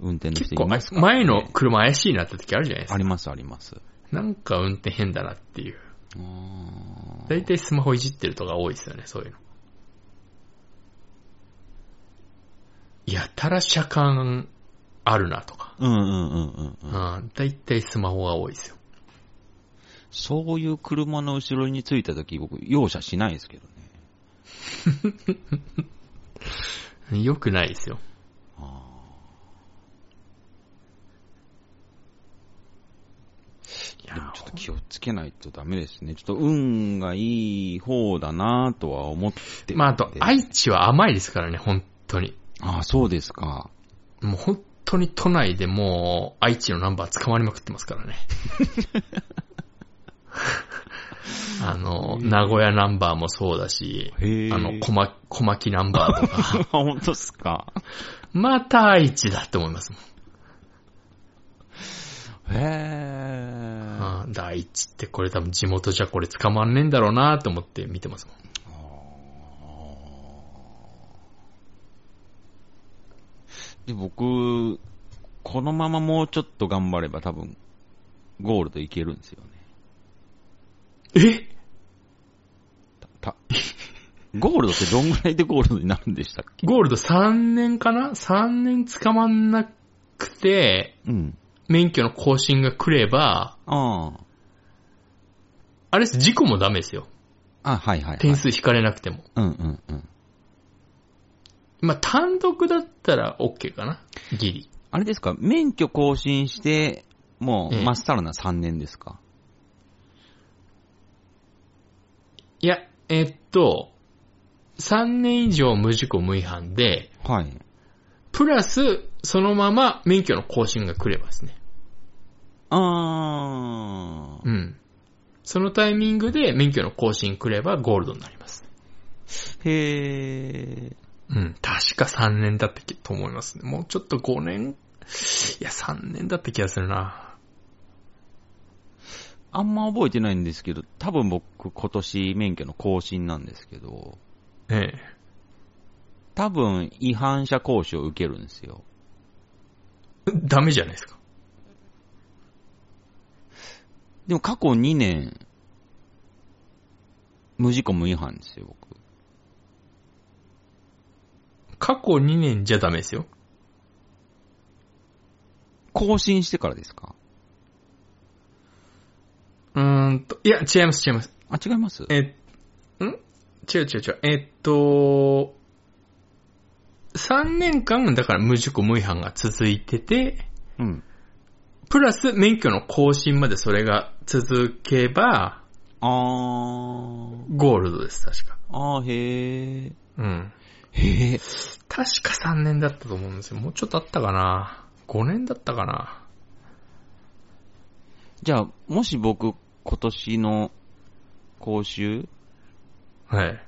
運転の人結い構ます、からね。前の車怪しいなって時あるじゃないですあか。りますあります。なんか運転変だなっていう。あー大体スマホいじってるとか多いですよね、そういうの。やたら車間あるなとか。うんうんうんうんううん。ん、大体スマホが多いですよ。そういう車の後ろについたとき、僕、容赦しないですけどね。よくないですよ。あいーでもやちょっと気をつけないとダメですね。ちょっと運がいい方だなとは思って。まあ、あと、愛知は甘いですからね、本当に。ああ、そうですか。もう本当に都内でもう、愛知のナンバー捕まりまくってま すからね。あの、名古屋ナンバーもそうだし、へえ。あの、小牧、小牧ナンバーと か。あ、本当っすか。また愛知だって思いますもん。へえ。ああ愛知ってこれ多分地元じゃこれ捕まんねえんだろうなと思って見てますもん。で、僕、このままもうちょっと頑張れば多分、ゴールドいけるんですよね。え た、ゴールドってどんぐらいでゴールドになるんでしたっけゴールド3年かな ?3 年捕まんなくて、うん。免許の更新が来れば、ああれです、事故もダメですよ。あ。あ、はいはい、はい。点数引かれなくても。うんうんうん。まあ、単独だったら OK かなギリ。あれですか、免許更新して、もえう、えまっさらな3年ですか、いや、えっと、3年以上無事故無違反で、はい。プラス、そのまま免許の更新が来ればですね。あーう。ん。そのタイミングで免許の更新来ればゴールドになります。へー。うん。確か3年だったきと思いますね。もうちょっと5年いや、3年だった気がするな。あんま覚えてないんですけど、多分僕今年免許の更新なんですけど、ええ。多分違反者講習を受けるんですよ。ダメじゃないですか。でも過去2年、無事故無違反ですよ、僕。過去2年じゃダメですよ。更新してからですかうーんと、いや、違います、違います。あ、違いますえ、ん違う違う違う。えっと、3年間、だから無事故無違反が続いてて、うん。プラス免許の更新までそれが続けば、あー。ゴールドです、確か。あー、へー。うん。へえ。確か3年だったと思うんですよ。もうちょっとあったかな。5年だったかな。じゃあ、もし僕、今年の講習、はい。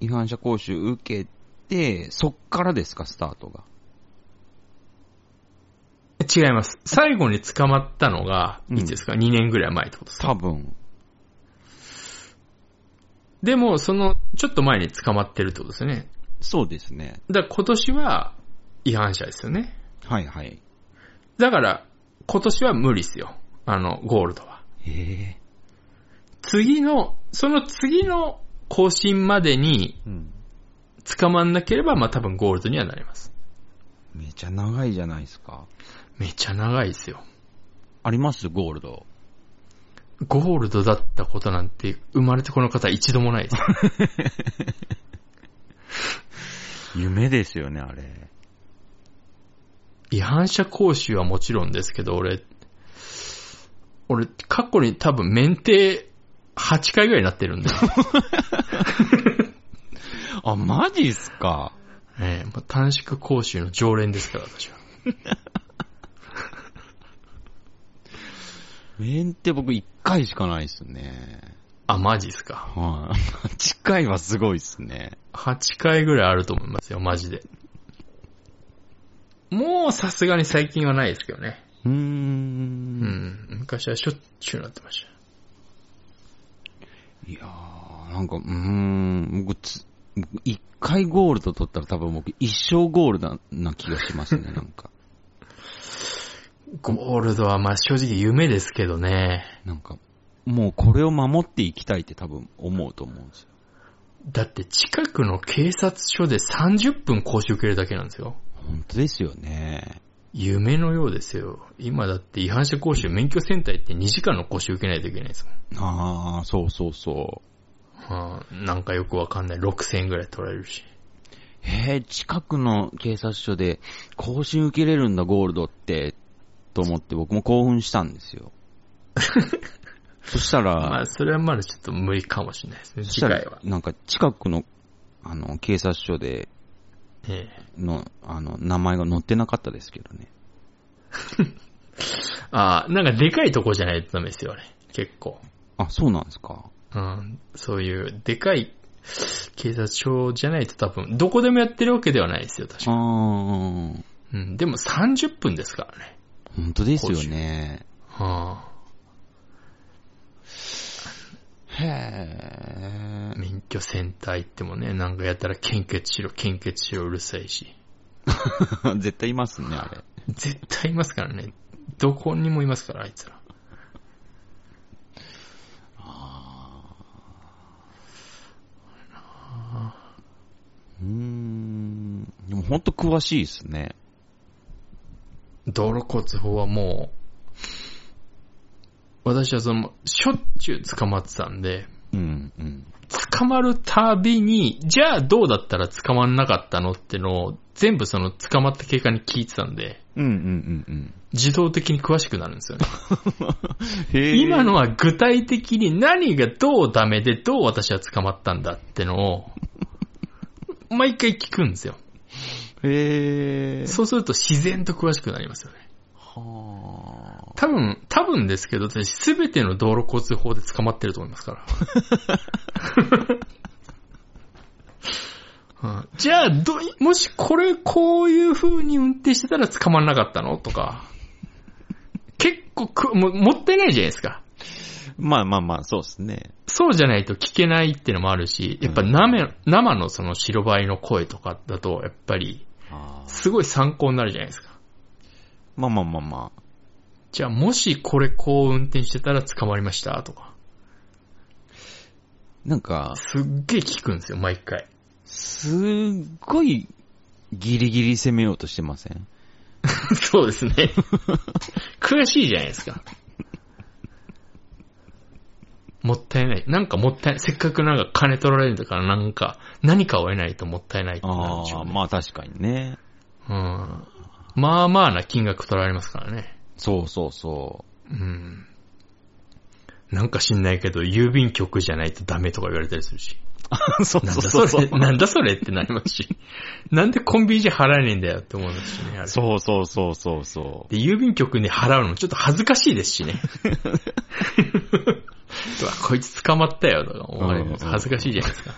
違反者講習受けて、そっからですか、スタートが。違います。最後に捕まったのが、うんいつですか、?2 年ぐらい前ってことですか多分。でも、その、ちょっと前に捕まってるってことですよね。そうですね。だから今年は違反者ですよね。はいはい。だから、今年は無理っすよ。あの、ゴールドは。へえ。次の、その次の更新までにうん。捕まんなければ、まあ多分ゴールドにはなります。めちゃ長いじゃないですか。めちゃ長いですよ。ありますゴールド。ゴールドだったことなんて生まれてこの方一度もないです。 夢ですよね、あれ。違反者講習はもちろんですけど、俺、俺、過去に多分免停8回ぐらいになってるんで、あ、マジっすか。ええもう短縮講習の常連ですから、私は。面って僕1回しかないっすね。あ、マジっすか。はい。8回 はすごいっすね。 8回ぐらいあると思いますよ、マジで。もうさすがに最近はないですけどね。うー。うんん。昔はしょっちゅうなってました。いやー、なんか、うーん、僕つ、僕1回ゴールド取ったら多分僕一生ゴールドな気がします ね、なんか。ゴールドはまあ正直夢ですけどね。なんか、もうこれを守っていきたいって多分思うと思うんですよ。だって近くの警察署で30分講習受けるだけなんですよ。本当ですよね。夢のようですよ。今だって違反者講習、免許センター行って2時間の講習受けないといけないですもん。あー、そうそうそう。はあ、なんかよくわかんない。6000円ぐらい取られるし。へえ、近くの警察署で更新受けれるんだ、ゴールドって、と思って僕も興奮したんです よ。そしたら、まあ、それはまだちょっと無理かもしれないですね。そし次た回らは、。なんか近くの、あの、警察署でえの、あの、名前が載ってなかったですけどね。えああ、なんかでかいとこじゃないとダメですよね。結構。あ、そうなんですか。うん、そういう、でかい警察署じゃないと多分、どこでもやってるわけではないですよ、確あー、か。本うん、でも30分ですからね。当ですよね。はへあ、免許センター行ってもね、なんかやたら献血しろ、献血しろうるさいし。え。 絶対いますね、あれ。絶対いますからね。どこにもいますから、あいつら。うーん。でも本当詳しいですね。道路交通法はもう、私はその、しょっちゅう捕まってたんで、うん、うん。捕まるたびに、じゃあどうだったら捕まんなかったのってのを、全部その捕まった経過に聞いてたんで、うん、うん、うん、うん。自動的に詳しくなるんですよね。 へー今のは具体的に何がどうダメでどう私は捕まったんだってのを、毎回聞くんですよ。へえ。そうすると自然と詳しくなりますよね。は多分、多分ですけど、私すべての道路交通法で捕まってると思いますから。 うんじゃあ、ど、もしこれ、こういう風に運転してたら捕まんなかったのとか。結構くも、もったいないじゃないですか。あ。まあまあまあ、そうですね。そうじゃないと聞けないってのもあるし、やっぱ生、生のその白バイの声とかだと、やっぱり、あすごい参考になるじゃないですか。まあまあまあまあ。じゃあ、もしこれ、こう運転してたら捕まりましたとか。なんか、すっげえ聞くんですよ、毎 回。すっごいギリギリ攻めようとしてませんそうです ね。悔しいじゃないですか。もったいない。なんかもったいない。せっかくなんか金取られるんだから、なんか、何かを得ないともったいないってなるあでしょあ、うねまあ確かにね。うん。まあまあな金額取られますからね。そうそうそうん。なんか知んないけど、郵便局じゃないとダメとか言われたりするし。そうなんそだうそそれうそう。なんだそれってなりますし。なんでコンビニじゃ払えねえんだよって思うしね。あれそうそうそうそうそで、郵便局に払うのもちょっと恥ずかしいです しね。うわこいつ捕まったよとか思われるのうん恥ずかしいじゃないですか。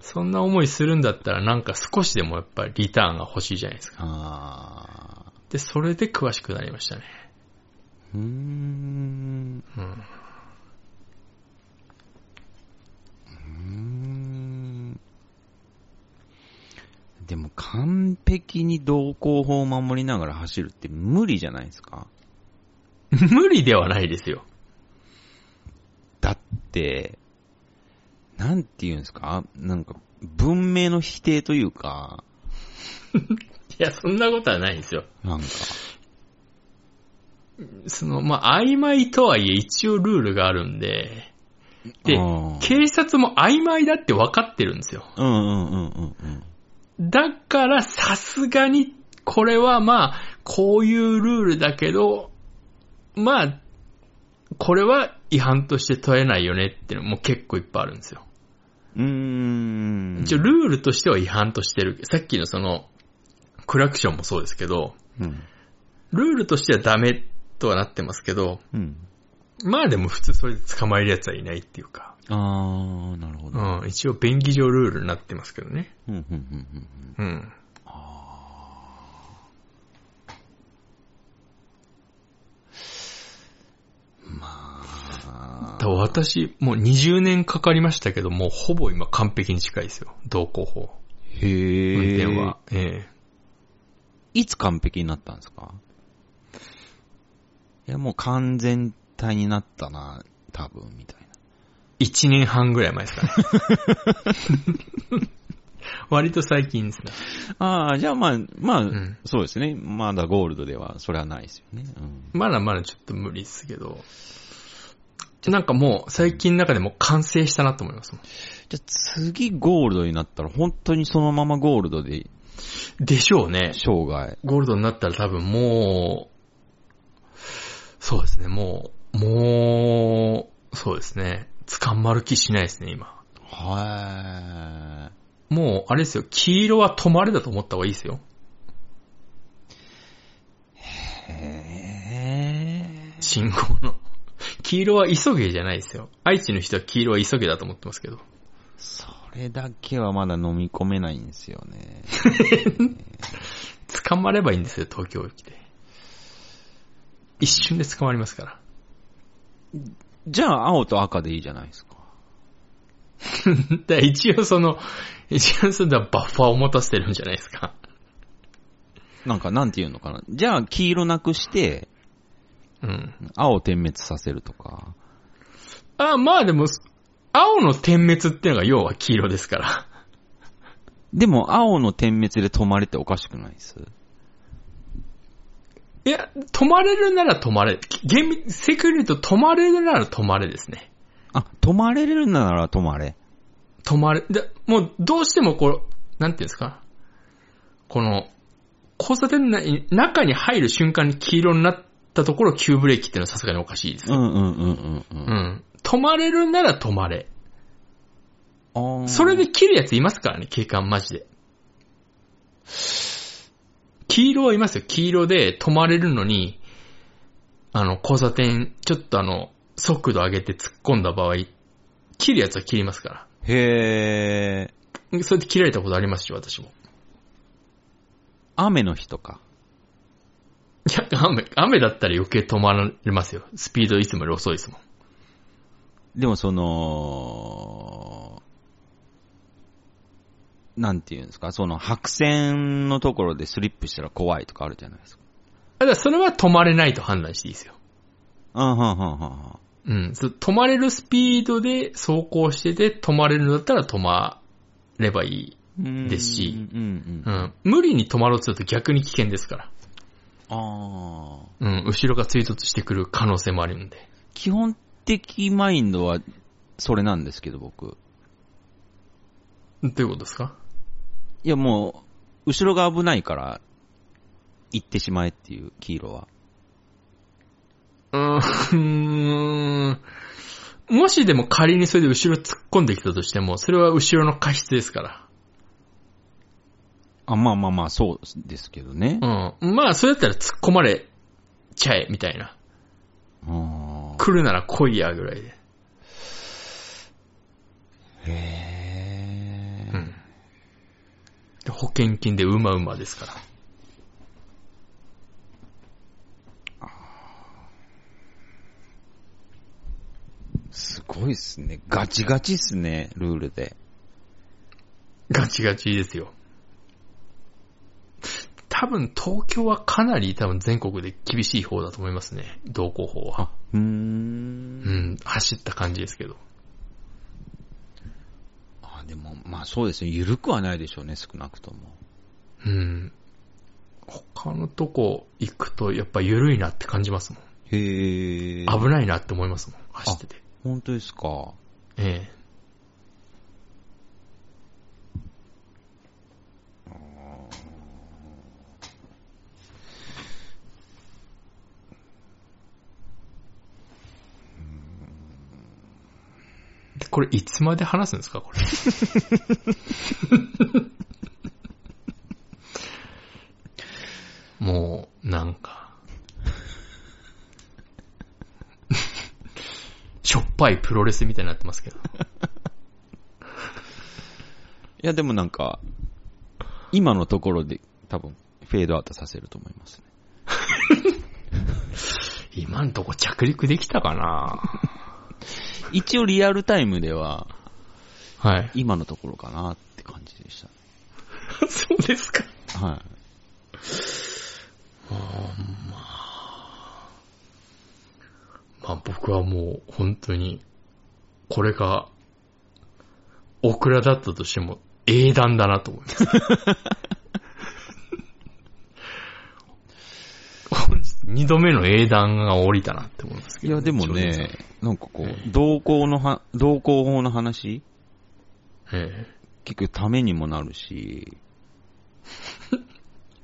そんな思いするんだったらなんか少しでもやっぱりリターンが欲しいじゃないですう。か。ああ。で、それで詳しくなりましたね。うーん。うん。うーん。でも完璧に同行法を守りながら走るって無理じゃないですか無理ではないですよ。だって、なんて言うんですかなんか、文明の否定というか、いや、そんなことはないんですよ。なんか、その、まあ、曖昧とはいえ一応ルールがあるんで、であー警察も曖昧だって分かってるんですよ。うんうんうんうんうん。だから、さすがに、これはまあ、こういうルールだけど、まあ、これは違反として問えないよねっていうのも結構いっぱいあるんですよ。うーん。一応、ルールとしては違反としてる。さっきのその、クラクションもそうですけど、うん。ルールとしてはダメとはなってますけど、うん。まあでも普通それで捕まえるやつはいないっていうか、あー、なるほど。うん、うん、一応便宜上ルールになってますけどね。うん、うん、うんうん。うん。まあ、だから私、もう20年かかりましたけど、もうほぼ今完璧に近いですよ。同行法。へ運え。転は。えいつ完璧になったんですかいや、もう完全体になったな、多分、みたいな。え1年半ぐらい前ですかね。割と最近ですね。ああ、じゃあまあ、まあ、んそうですね。まだゴールドでは、それはないですよね。うん。まだまだちょっと無理ですけど。なんかもう最近の中でも完成したなと思いますもんじゃあ次ゴールドになったら、本当にそのままゴールドででしょうね。生涯。ゴールドになったら多分もう、そうですね、もう、もう、そうですね。捕まる気しないですね、今。はもう、あれですよ、黄色は止まれだと思った方がいいですよ。い。へえ。信号の。黄色は急げじゃないですよ。愛知の人は黄色は急げだと思ってますけど。それだけはまだ飲み込めないんですよね。捕まればいいんですよ、東京駅で。一瞬で捕まりますから。 じゃあ、青と赤でいいじゃないですか。だから一応その、一応そのバッファーを持たせてるんじゃないですか。なんか、なんていうのかな。じゃあ、黄色なくして、うん。青点滅させるとか。あ、まあでも、青の点滅っていうのが要は黄色ですから。でも、青の点滅で止まれておかしくないです。いや、止まれるなら止まれ。厳密、正確に言うと止まれるなら止まれですね。あ、止まれるなら止まれ。止まれ、でもうどうしてもこう、なんていうんですかこの、交差点内、中に入る瞬間に黄色になったところ急ブレーキっていうのはさすがにおかしいです。うんうんうんうんううん。ん。止まれるなら止まれ。あーそれで切るやついますからね、警官マジで。黄色はいますよ。黄色で止まれるのに、あの、交差点、ちょっとあの、速度上げて突っ込んだ場合、切るやつは切りますかへえ。ら。それで切られたことありますし、私も。雨の日とか。いや、雨、雨だったら余計止まられますよ。スピードいつもより遅いですもん。でもその、なんていうんですか、その白線のところでスリップしたら怖いとかあるじゃないですか。ただそれは止まれないと判断していいですよ。あはんはんはんはんうん。そう止まれるスピードで走行してて、止まれるのだったら止まればいい。うーん。ですしうんうん。うあん。無理に止まろうとすると逆に危険ですから。あー。うん。後ろが追突してくる可能性もあるんで。基本的マインドはそれなんですけど、僕。どういうことですかいやもう、後ろが危ないから、行ってしまえっていう、黄色は。うーん。もしでも仮にそれで後ろ突っ込んできたとしても、それは後ろの過失ですから。あ、まあまあまあ、そうですけどね。うん。まあ、それだったら突っ込まれちゃえ、みたいな。うん。来るなら来いや、ぐらいで。へうーん。で保険金でうまうまですから。すごいっすね。ガチガチっすね、ルールで。ガチガチですよ。多分東京はかなり多分全国で厳しい方だと思いますね。同行法は。うー。うんん、走った感じですけど。あ、でも、まあそうですね。緩くはないでしょうね、少なくとも。うん。他のとこ行くとやっぱ緩いなって感じますもん。へー。危ないなって思いますもん。走ってて。本当ですか。ええ。でこれいつまで話すんですかこれ。 もう、なんか。しょっぱいプロレスみたいになってますけど。いや、でもなんか、今のところで多分、フェードアウトさせると思いますね。今んとこ着陸できたかな一応リアルタイムでは、はい。今のところかなって感じでしそうですか。た。はい。まあ僕はもう本当に、これが、オクラだったとしても、英断だなと思い ます。本日二度目の英断が降りたなって思いますけいど、や、でも正直ね、なんかこええう、同行のは、同行法の話 え結局ためにもなる し、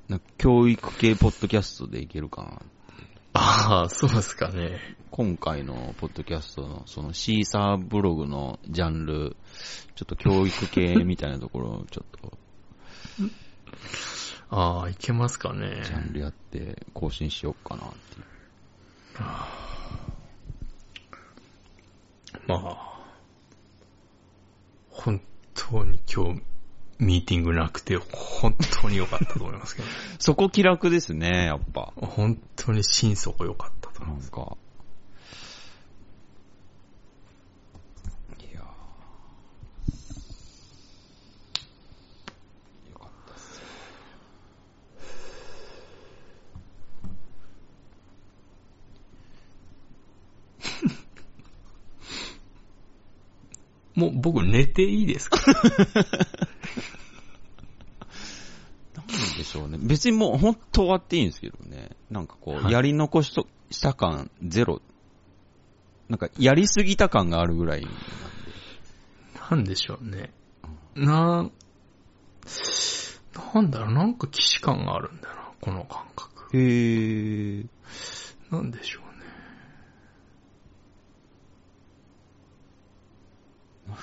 なんか教育系ポッドキャストでいけるかな。えああ、そうですかね。今回のポッドキャストの、そのシーサーブログのジャンル、ちょっと教育系みたいなところをちょっと、ああ、いけますかねジ。ャンルやって更新しようかなっていう。まあ、本当に今日、ミーティングなくて、本当に良かったと思いますけど、ね、そこ気楽ですね、やっぱ。本当に心底良かったと思ないまんす。か。いやーよかったっすもう僕寝ていいですかなんでしょうね。別にもう本当終わっていいんですけどね。なんかこはう、いやり残しと、した感ゼロ。なんか、やりすぎた感があるぐらいなんで。 なんでしょうね。な、なんだろう、なんか既視感があるんだな、この感覚。へー。なんでしょうね。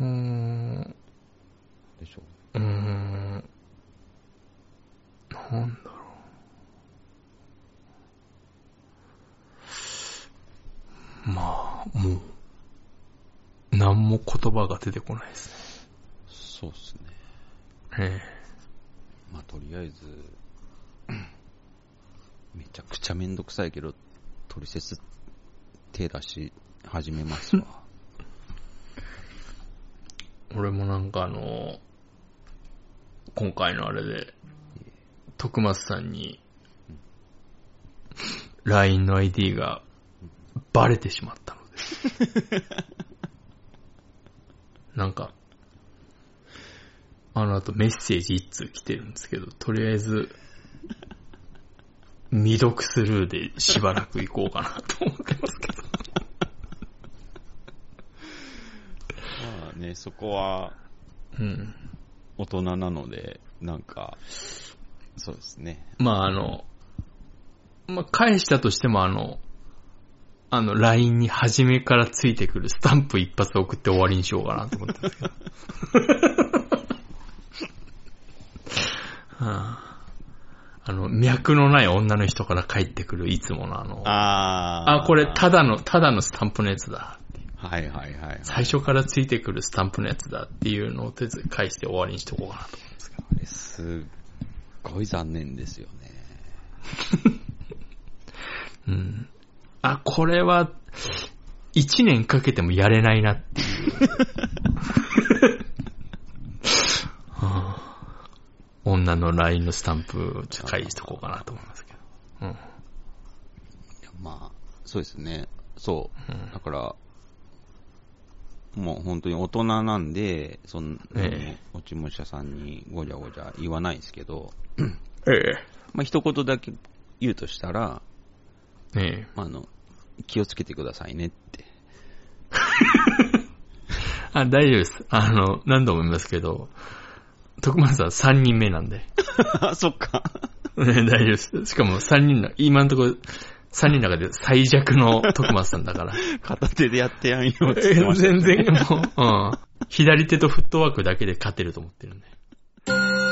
うーん、でしょう。うーん、なんだろう。まあ、もう、何も言葉が出てこないですね。そうっすね。えまあ、とりあえず、めちゃくちゃめんどくさいけど、トリセツ手出し始めます わ。え俺もなんかあの、今回のあれで、徳松さんに、LINE の ID がバレてしまったのです。なんか、あの後メッセージ一通来てるんですけど、とりあえず、未読スルーでしばらく行こうかなと思ってますけど。まあね、そこはうん大人なので、なんか、そうですね。まああの、まあ返したとしてもあの、あの、LINE に初めからついてくるスタンプ一発送って終わりにしようかなと思ったんですけど。ああの、脈のない女の人から帰ってくるいつものあの、ああ、これただの、ただのスタンプのやつだ。はいはいはいはい。最初からついてくるスタンプのやつだっていうのをとりあえず返して終わりにしとこうかなと思うんですけど。あれすっごい残念ですよね。うん。あ、これは、一年かけてもやれないなっていう。 はあ女の LINE のスタンプ、ちょっと返しとこうかなと思いますけど。うん。いやまあ、そうですね。そうう。んだから、もう本当に大人なんで、そんえ落ち武者さんにごちゃごちゃ言わないんですけど、えまあ一言だけ言うとしたら、え。ええ。あの、気をつけてくださいねって。 あ、大丈夫です。あの、何度も言いますけど、徳丸さん3人目なんで。 あ、そっか。ね大丈夫です。しかも3人の、今のところ、3人の中で最弱の徳松さんだから。片手でやってやんよって言ってましたね全然もう、うん。左手とフットワークだけで勝てると思ってるんで。